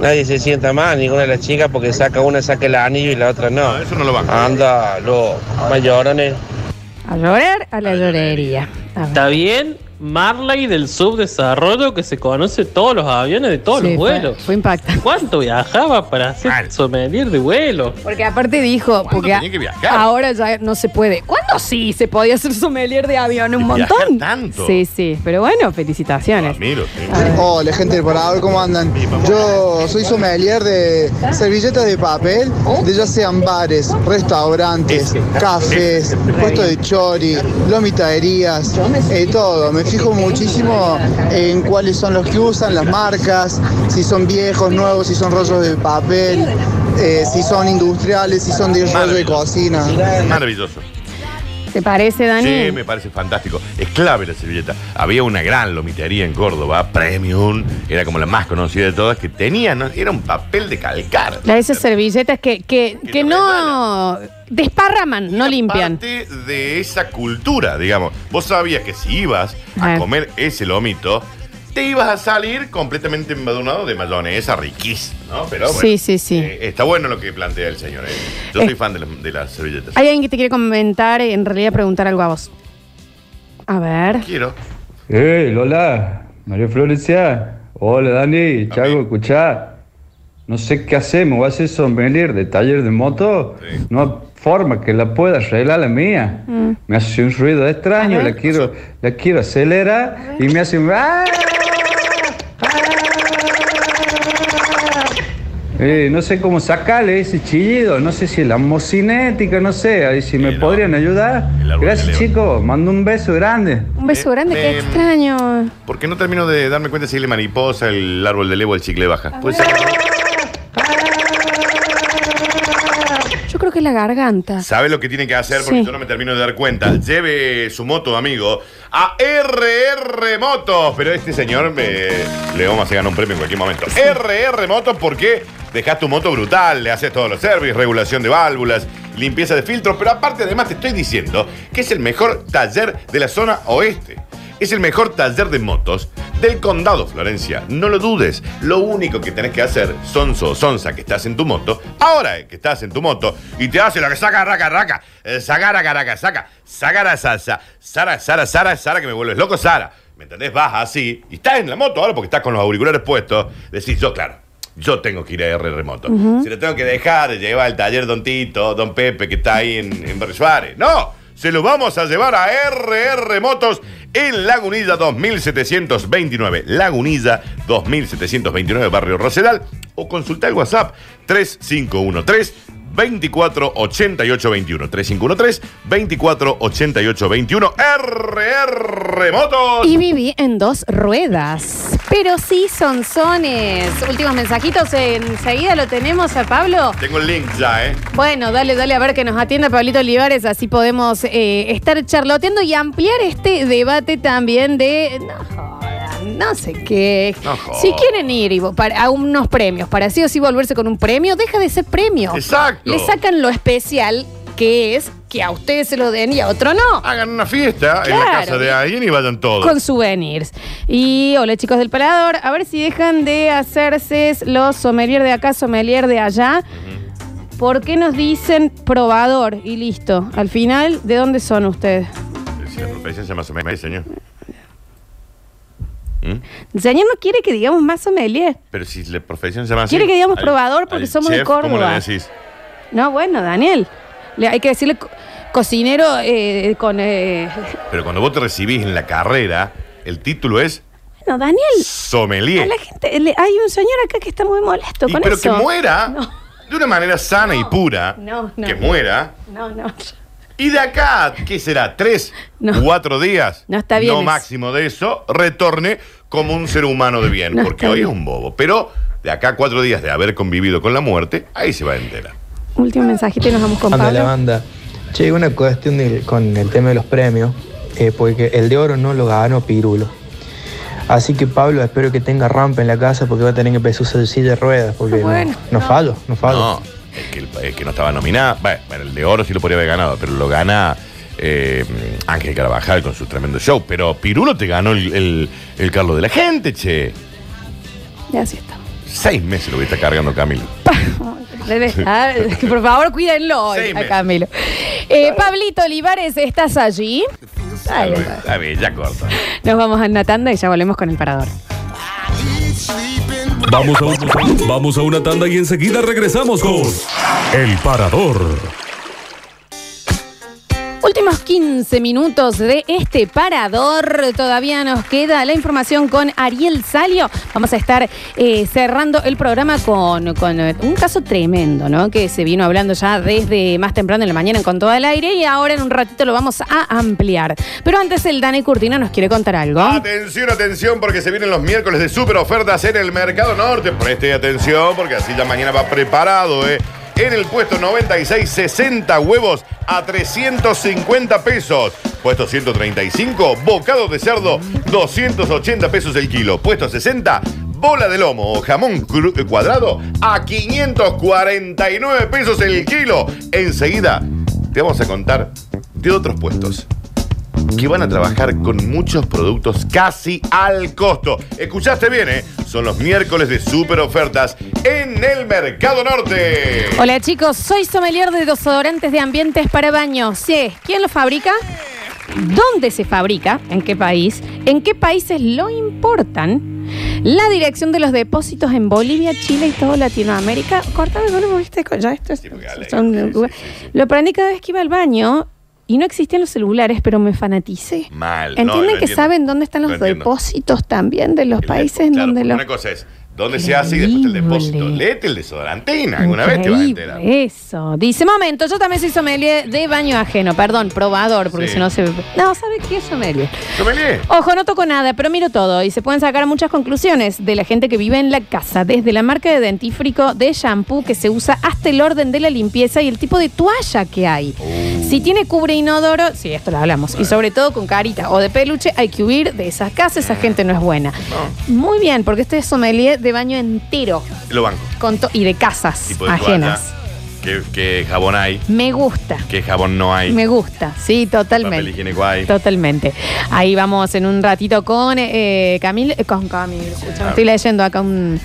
E: Nadie se sienta mal, ninguna de las chicas porque saca una saca el anillo y la otra no.
B: No, eso no lo banco.
E: Anda, los mayorones.
A: A llorar a la llorería. A ver.
K: Está bien, Marley del subdesarrollo que se conoce todos los aviones de todos
A: Sí,
K: los
A: fue-
K: vuelos.
A: Fue, impactante.
K: ¿Cuánto viajaba para hacer
B: Mal.
K: sommelier de vuelo?
A: Porque aparte dijo, porque a-
B: tenía que viajar?
A: ahora ya no se puede. ¿Cuándo sí se podía hacer sommelier de avión un
B: Viajar
A: montón?
B: tanto.
A: Sí, sí, pero bueno, felicitaciones.
B: Ramiro, sí.
G: Hola gente del parador, ¿cómo andan? Yo soy sommelier de servilletas de papel, de ya sean bares, restaurantes, cafés, puestos de chori, lomitaderías, eh, todo. Me fijo muchísimo en cuáles son los que usan, las marcas, si son viejos, nuevos, si son rollos de papel, eh, si son industriales, si son de rollo de cocina.
B: Maravilloso.
A: ¿Te parece, Dani?
B: Sí, me parece fantástico. Es clave la servilleta. Había una gran lomitería en Córdoba, Premium, era como la más conocida de todas, que tenía, ¿no? era un papel de calcar.
A: La de esas servilletas que, que,
B: Que
A: que no
B: no
A: desparraman, no
B: Era
A: limpian.
B: parte de esa cultura, digamos. Vos sabías que si ibas a
A: Ah.
B: comer ese lomito, te ibas a salir completamente embadurnado de mayonesa riquísima, ¿no? Pero bueno,
A: Sí, sí, sí.
B: eh, está bueno lo que plantea el señor. eh. Yo
A: Eh.
B: soy fan de, las- de las servilletas.
A: Hay alguien que te quiere comentar, en realidad preguntar algo a vos. A ver.
B: Quiero.
J: Eh, Lola, María Florencia, hola Dani, Chago, escuchá. No sé qué hacemos, ¿vas a hacer sommelier de taller de moto?
B: Sí.
J: No hay forma que la pueda arreglar la mía.
A: Mm.
J: Me hace un ruido extraño,
A: A ver.
J: la quiero, la quiero acelerar y me hace un... ¡Ah! ¡Ah! Eh, no sé cómo sacarle ese chillido, no sé si es la mocinética, no sé, ahí si me
B: Sí, no.
J: podrían ayudar.
B: El árbol
J: Gracias
B: de Leo.
J: chicos, mando un beso grande.
A: Un beso
B: Eh,
A: grande, qué
B: eh,
A: extraño.
B: ¿Por qué no termino de darme cuenta si le mariposa, el árbol de levo, el chicle baja? Pues, Puede ser.
A: Yo creo que es la garganta.
B: ¿Sabe lo que tiene que hacer? Porque
A: Sí.
B: yo no me termino de dar cuenta. Lleve su moto, amigo, a RR Motos. Pero este señor, eh, le vamos a hacer ganar un premio en cualquier momento. RR Motos, porque dejas tu moto brutal, le haces todos los servicios, regulación de válvulas, limpieza de filtros. Pero aparte, además, te estoy diciendo que es el mejor taller de la zona oeste. Es el mejor taller de motos del condado Florencia. No lo dudes. Lo único que tenés que hacer, sonso o sonsa, que estás en tu moto, ahora eh, que estás en tu moto, y te hace lo que saca, raca, raca, eh, sagara, garaca, saca, sagara, salsa, sara, sara, sara, sara, que me vuelves loco, sara. ¿Me entendés? Vas así, y estás en la moto ahora porque estás con los auriculares puestos. Decís, yo, claro, yo tengo que ir a R remoto. Se lo tengo que dejar, llevar al taller Don Tito, Don Pepe, que está ahí en, en Barrio Suárez. ¡No! Se lo vamos a llevar a RR Motos en Lagunilla 2729. Lagunilla 2729, Barrio Rosedal. O consulta el WhatsApp 3513 24 88 21 3513 24 88 21 RR Motos.
A: Y viví en dos ruedas. Pero sí son sones. Últimos mensajitos. Enseguida lo tenemos a Pablo.
B: Tengo el link ya, ¿eh?
A: Bueno, dale, dale, a ver que nos atienda Pablito Olivares, así podemos eh, estar charloteando y ampliar este debate también de. No jodan, no sé qué.
B: No jodan.
A: si quieren ir y vo- para- a unos premios, para sí o sí volverse con un premio, deja de ser premio.
B: Exacto.
A: Le sacan lo especial que es que a ustedes se lo den y a otro no.
B: Hagan una fiesta en la
A: Claro.
B: casa de alguien y vayan todos.
A: Con souvenirs. Y hola chicos del palador, a ver si dejan de hacerse los sommelier de acá, sommelier de allá. ¿Por qué nos dicen probador y listo? Al final, ¿de dónde son ustedes?
B: Si la profesión se llama sommelier, señor. ¿Mm?
A: El señor no quiere que digamos más sommelier.
B: Pero si la profesión se llama así.
A: Quiere que digamos
B: al-
A: probador porque
B: al
A: somos de
B: chef, ¿Cómo
A: Córdoba.
B: le decís?
A: No, bueno, Daniel. Le- hay que decirle co- cocinero eh, con. eh,
B: Pero cuando vos te recibís en la carrera, el título es
A: Bueno, Daniel, a
B: sommelier.
A: la gente. le- hay un señor acá que está muy molesto
B: Y
A: con
B: pero
A: eso.
B: que muera.
A: [LAUGHS] No,
B: De una manera sana y pura.
A: no, no.
B: Que muera.
A: No, no.
B: Y de acá, ¿qué será? ¿Tres? ¿Cuatro días?
A: No está bien
B: No
A: eso.
B: máximo de eso. Retorne como un ser humano de bien.
A: No
B: porque
A: está
B: hoy es
A: bien.
B: un bobo. Pero de acá a cuatro días de haber convivido con la muerte, ahí se va a enterar.
A: Último mensajito y nos vamos con
L: Anda la
A: Pablo.
L: banda. Che, una cuestión del- con el tema de los premios, eh, porque el de oro no lo ganó Pirulo. Así que Pablo, espero que tenga rampa en la casa porque va a tener que empezar a usar silla de ruedas, porque no-
A: Ah, Bueno,
L: no, fallo, no fallo.
B: No, es que, el, es que no estaba nominada. Bueno, bueno, el de oro sí lo podría haber ganado, pero lo gana eh, Ángel Carabajal con su tremendo show. Pero Pirulo te ganó el, el, el Carlos de la gente, che.
A: Y así está.
B: Seis meses lo voy a estar cargando Camilo.
A: Debe estar. que ah, [LAUGHS] por favor, cuídenlo hoy a Camilo. Eh, Pablito Olivares, ¿estás allí? Ahí está.
B: A ver, ya corta.
A: Nos vamos a una tanda y ya volvemos con el parador.
C: Vamos a, un- vamos a una tanda y enseguida regresamos con El Parador.
A: Últimos 15 minutos de este parador. Todavía nos queda la información con Ariel Salio. Vamos a estar eh, cerrando el programa con, con, eh, un caso tremendo, ¿no? Que se vino hablando ya desde más temprano en la mañana con todo el aire y ahora en un ratito lo vamos a ampliar. Pero antes el Dani Curtino nos quiere contar algo.
B: Atención, atención, porque se vienen los miércoles de super ofertas en el Mercado Norte. Preste atención, porque así ya mañana va preparado, ¿eh? En el puesto 96, 60 huevos a 350 pesos. Puesto 135, bocado de cerdo, 280 pesos el kilo. Puesto 60, bola de lomo o jamón cru- cuadrado a 549 pesos el kilo. Enseguida te vamos a contar de otros puestos que van a trabajar con muchos productos casi al costo. Escuchaste bien, ¿eh? Son los miércoles de super ofertas en el Mercado Norte.
A: Hola chicos, soy sommelier de desodorantes de ambientes para baño. Sí, ¿quién lo fabrica? ¿Dónde se fabrica? ¿En qué país? ¿En qué países lo importan? La dirección de los depósitos en Bolivia, Chile y toda Latinoamérica. Cortame, no lo viste con- ya esto es- son- Lo aprendí cada vez que iba al baño y no existían los celulares, pero me fanaticé.
B: Mal. no,
A: Entienden
B: lo
A: que
B: entiendo.
A: saben dónde están los
B: Lo entiendo.
A: depósitos también de los países en
B: Claro,
A: donde
B: porque
A: los
B: Una cosa es dónde se hace y después el depósito. Léete el desodorantina, alguna vez te vas a
A: Increíble,
B: enterar.
A: Eso. Dice, momento, yo también soy sommelier de baño ajeno. Perdón, probador, porque
B: Sí.
A: si no se... No, ¿sabe qué es sommelier?
B: Sommelier.
A: Ojo, no toco nada, pero miro todo y se pueden sacar muchas conclusiones de la gente que vive en la casa, desde la marca de dentífrico, de shampoo que se usa hasta el orden de la limpieza y el tipo de toalla que hay.
B: Uh.
A: Si tiene cubre inodoro, sí, esto lo hablamos, y sobre todo con carita o de peluche, hay que huir de esas casas, esa gente no es buena. Muy bien, porque este es sommelier de baño entero
B: Lo banco.
A: con to- y de casas
B: Tipo de
A: ajenas.
B: toalla. ¿Qué jabón hay?
A: Me gusta.
B: ¿Qué jabón no hay?
A: Me gusta, sí,
B: Papel
A: totalmente.
B: higiénico hay.
A: Totalmente. Ahí vamos en un ratito con eh, Camil, eh, con Camil. escucha,
B: A
A: estoy
B: ver.
A: leyendo acá un.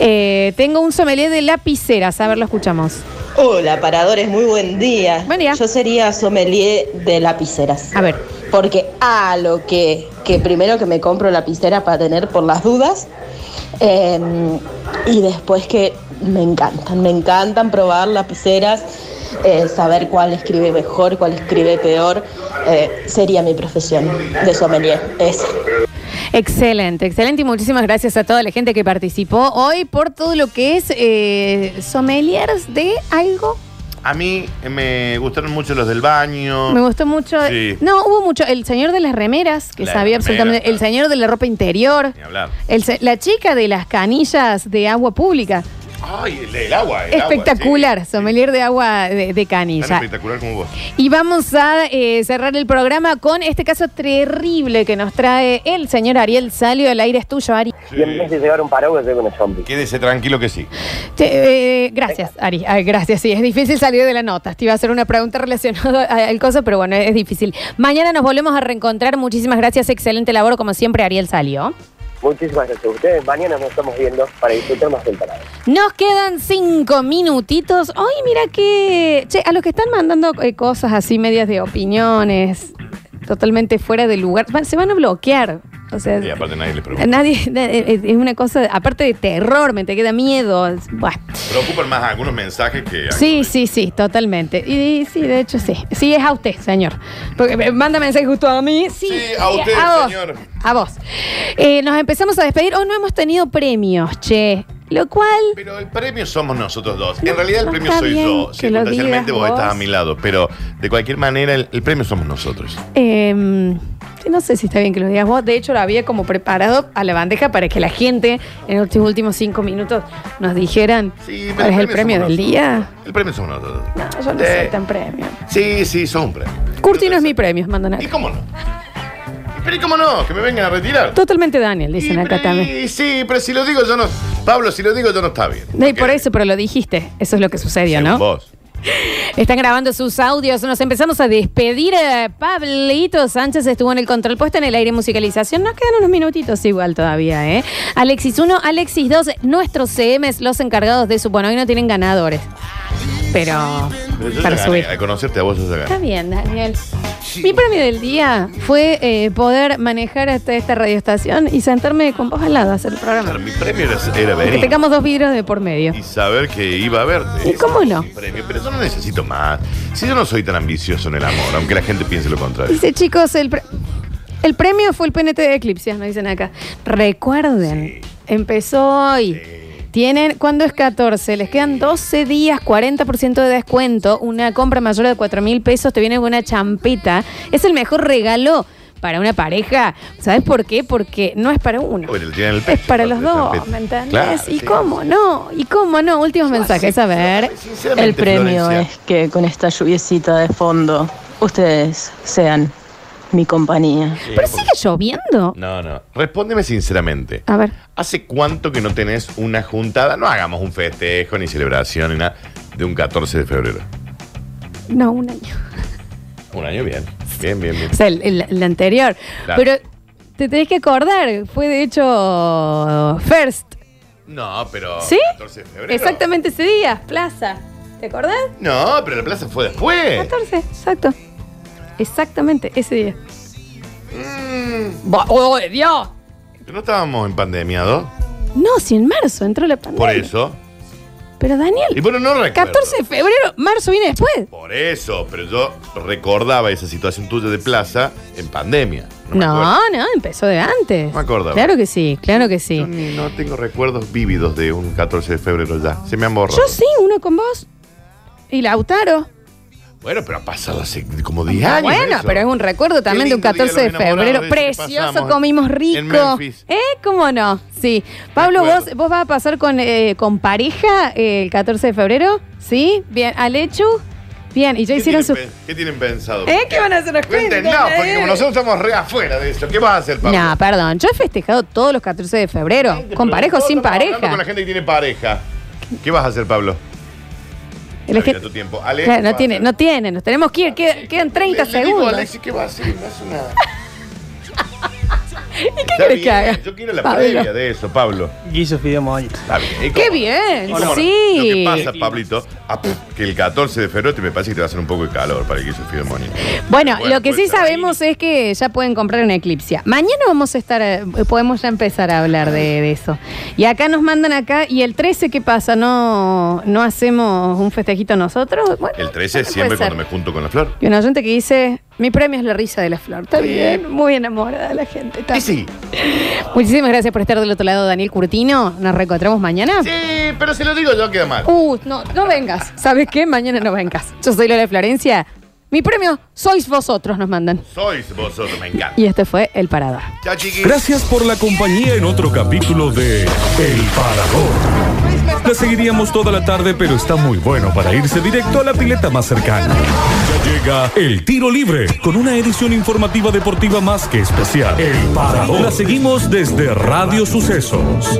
A: eh, tengo un sommelier de lapiceras, a ver, lo escuchamos.
M: Hola, paradores, muy buen día. Yo sería sommelier de lapiceras.
A: A ver.
M: Porque a lo que, que primero que me compro lapicera para tener por las dudas. eh, y después que me encantan, me encantan probar lapiceras, eh, saber cuál escribe mejor, cuál escribe peor. eh, sería mi profesión de sommelier. Esa.
A: Excelente, excelente y muchísimas gracias a toda la gente que participó hoy por todo lo que es eh, sommeliers de algo.
B: A mí eh, me gustaron mucho los del baño.
A: Me gustó mucho.
B: Sí.
A: No, hubo mucho. El señor de las remeras, que
B: La
A: sabía
B: remera,
A: absolutamente. El señor de la ropa interior.
B: Ni hablar.
A: El se- la chica de las canillas de agua pública.
B: Ay, el, el agua. El
A: espectacular,
B: Agua,
A: sommelier de agua de, de
B: sí. Tan
A: canilla.
B: espectacular como vos.
A: Y vamos a eh, cerrar el programa con este caso terrible que nos trae el señor Ariel Salio. El aire es tuyo, Ari.
F: Y en vez de llevar un paraguas, lleva una zombie.
B: Quédese tranquilo que sí.
A: Te- eh, gracias, Ari. Ay, gracias, sí, es difícil salir de la nota. Te iba a hacer una pregunta relacionada [LAUGHS] a- al coso, pero bueno, es difícil. Mañana nos volvemos a reencontrar. Muchísimas gracias. Excelente labor, como siempre, Ariel Salio.
F: Muchísimas gracias a ustedes. Mañana nos estamos viendo para disfrutar más del parado.
A: Nos quedan cinco minutitos. Ay, mira que. Che, a los que están mandando eh, cosas así, medias de opiniones, totalmente fuera de lugar, va- se van a bloquear. O sea,
B: Y aparte nadie le
A: [LAUGHS]
B: pregunta.
A: nadie, es es una cosa, aparte de terror, me te queda miedo. es- Bueno.
B: Preocupan más algunos mensajes que.
A: Sí, sí, sí, totalmente. Y, y sí, de hecho sí. Sí, es a usted, señor. Porque me manda mensaje justo a mí. Sí,
B: a usted,
A: vos,
B: señor.
A: A vos. Eh, nos empezamos a despedir. Hoy no hemos tenido premios, che. Lo cual.
B: Pero el premio somos nosotros dos. En realidad el
A: no
B: premio
A: está
B: soy
A: bien
B: yo.
A: que lo digas
B: Circunstancialmente vos
A: vos.
B: estás a mi lado. Pero de cualquier manera, el, el premio somos nosotros.
A: Eh, no sé si está bien que lo digas vos. De hecho, lo había como preparado a la bandeja para que la gente en los últimos cinco minutos nos dijeran cuál es el premio
B: somos
A: del
B: nosotros.
A: día.
B: El premio somos nosotros.
A: No, yo no
B: Eh,
A: soy tan premio.
B: Sí, sí, son un premio.
A: Curti no es mi premio, mandan acá.
B: ¿Y cómo no? Pero ¿y cómo no? Que me vengan a retirar.
A: Totalmente Daniel, dicen acá también.
B: Y sí, pero si lo digo yo no. Pablo, si lo digo yo no está bien.
A: No, y por eso, pero lo dijiste. Eso es lo que sucedió, ¿no?
B: Vos.
A: Están grabando sus audios. Nos empezamos a despedir. Eh, Pablito Sánchez estuvo en el control puesto en el aire musicalización. Nos quedan unos minutitos igual todavía, ¿eh? Alexis 1, Alexis 2, nuestros CMs, los encargados de su. Bueno, hoy no tienen ganadores. Pero.
B: Pero yo
A: Para
B: ya gané.
A: subir.
B: Al conocerte a vos, yo ya
A: Está
B: gané.
A: bien, Daniel. Mi premio del día fue eh, poder manejar hasta esta radioestación y sentarme con vos al lado a hacer el programa.
B: Claro, mi premio era, era
A: Que
B: venir
A: tengamos dos vidrios de por medio.
B: y saber que iba a verte.
A: ¿Y cómo no?
B: Mi premio, pero yo no necesito más. Si yo no soy tan ambicioso en el amor, aunque la gente piense lo contrario.
A: Dice, chicos, el, pre- el premio fue el PNT de Eclipse, nos dicen acá. Recuerden, empezó hoy.
B: Eh,
A: Tienen, ¿cuándo es 14? Les quedan 12 días, 40% de descuento, una compra mayor de 4 mil pesos, te viene con una champeta. Es el mejor regalo para una pareja. ¿Sabes por qué? Porque no es para uno.
B: Porque le tiran el
A: Es
B: pecho,
A: para los
B: aparte,
A: dos,
B: champeta.
A: ¿me entendés?
B: Claro,
A: ¿Y
B: sí.
A: cómo no? ¿Y cómo no? Últimos mensajes, a ver.
M: El premio
A: Florencia.
M: es que con esta lluviecita de fondo ustedes sean mi compañía.
A: ¿Pero sigue lloviendo?
B: No, no. Respóndeme sinceramente.
A: A ver.
B: ¿Hace cuánto que no tenés una juntada? No hagamos un festejo, ni celebración, ni nada. De un 14 de febrero.
A: No, un año.
B: Un año bien. Bien, bien, bien.
A: O sea, el, el- el anterior.
B: Claro.
A: Pero te tenés que acordar, fue de hecho First.
B: No, pero.
A: ¿Sí?
B: 14 de febrero.
A: Exactamente ese día, Plaza. ¿Te acordás?
B: No, pero la plaza fue después.
A: 14, exacto. Exactamente ese día. Va- ¡Oh, Dios!
B: Pero no estábamos en pandemia, ¿no?
A: No, si en marzo entró la pandemia.
B: Por eso.
A: Pero Daniel,
B: Y bueno, no recuerdo.
A: 14 de febrero, marzo viene después.
B: Por eso, pero yo recordaba esa situación tuya de plaza en pandemia.
A: No, no, empezó de antes.
B: No me acordaba.
A: Claro que sí, claro que sí.
B: Ni- No tengo recuerdos vívidos de un 14 de febrero ya. Se me han borrado.
A: Yo sí, uno con vos. Y Lautaro.
B: Bueno, pero ha pasado hace como 10 años.
A: Bueno,
B: eso.
A: pero es un recuerdo también de un
B: lindo día
A: 14 de
B: de los enamorados
A: febrero.
B: ese que
A: Precioso,
B: pasamos
A: comimos rico.
B: Memphis.
A: ¿Eh? ¿Cómo no? Sí. Pablo, vos, vos vas a pasar con, eh, con pareja eh, el 14 de febrero. ¿Sí? Bien. Alechu. Bien. Y ya
B: ¿Qué
A: hicieron
B: tienen,
A: su.
B: pe- ¿Qué tienen pensado?
A: ¿Eh? ¿Qué van a hacer? Nos
B: Cuenten,
A: cuentan,
B: no,
A: eh.
B: porque como nosotros estamos re afuera de eso. ¿Qué vas a hacer, Pablo?
A: No, perdón. Yo he festejado todos los 14 de febrero. Con pareja o sin
B: Hablando con la
A: pareja.
B: gente que tiene pareja. ¿Qué vas a hacer, Pablo?
A: Él es que-
B: Adivina tu tiempo. Ale,
A: Claro,
B: ¿qué vas
A: no
B: a
A: tiene,
B: hacer?
A: no tiene. Nos tenemos que ir. Qued- Quedan 30
B: Le digo a
A: segundos.
B: Alexis que va a hacer, no hace nada.
A: [LAUGHS] ¿Y qué
B: Está
A: querés que
B: bien,
A: haga?
B: Yo quiero la
A: Pablo.
B: previa de eso, Pablo.
J: Guiso fideo mollito.
B: Está bien. ¿Y
A: ¡Qué
B: cómo?
A: bien!
B: ¿Y cómo no?
A: Sí.
B: Lo que pasa, Pablito, ah, puf, que el 14 de febrero te me parece que te va a hacer un poco de calor para que yo fui demonio.
A: Bueno,
B: Bueno, pues
A: lo que sí sabemos es que ya pueden comprar una eclipsia. Mañana vamos a estar, eh, podemos ya empezar a hablar de, de eso. Y acá nos mandan acá, y el 13, ¿qué pasa? ¿No, no hacemos un festejito nosotros? Bueno,
B: El 13 siempre
A: ser.
B: cuando me junto con la flor.
A: y un oyente que dice, mi premio es la risa de la flor. Está bien, muy enamorada la gente. está
B: sí.
A: Muchísimas gracias por estar del otro lado, Daniel Curtino. Nos reencontramos mañana.
B: Sí, pero se lo digo yo queda mal.
A: Uh, no, no vengas. ¿Sabes qué? Mañana no vengas. Yo soy Lola Florencia. Mi premio sois vosotros, nos mandan.
B: Sois vosotros, me encanta.
A: Y este fue El Parador.
B: Chao, chiquis.
C: Gracias por la compañía en otro capítulo de El Parador. La seguiríamos toda la tarde, pero está muy bueno para irse directo a la pileta más cercana. Ya llega El Tiro Libre, con una edición informativa deportiva más que especial. El Parador. La seguimos desde Radio Sucesos.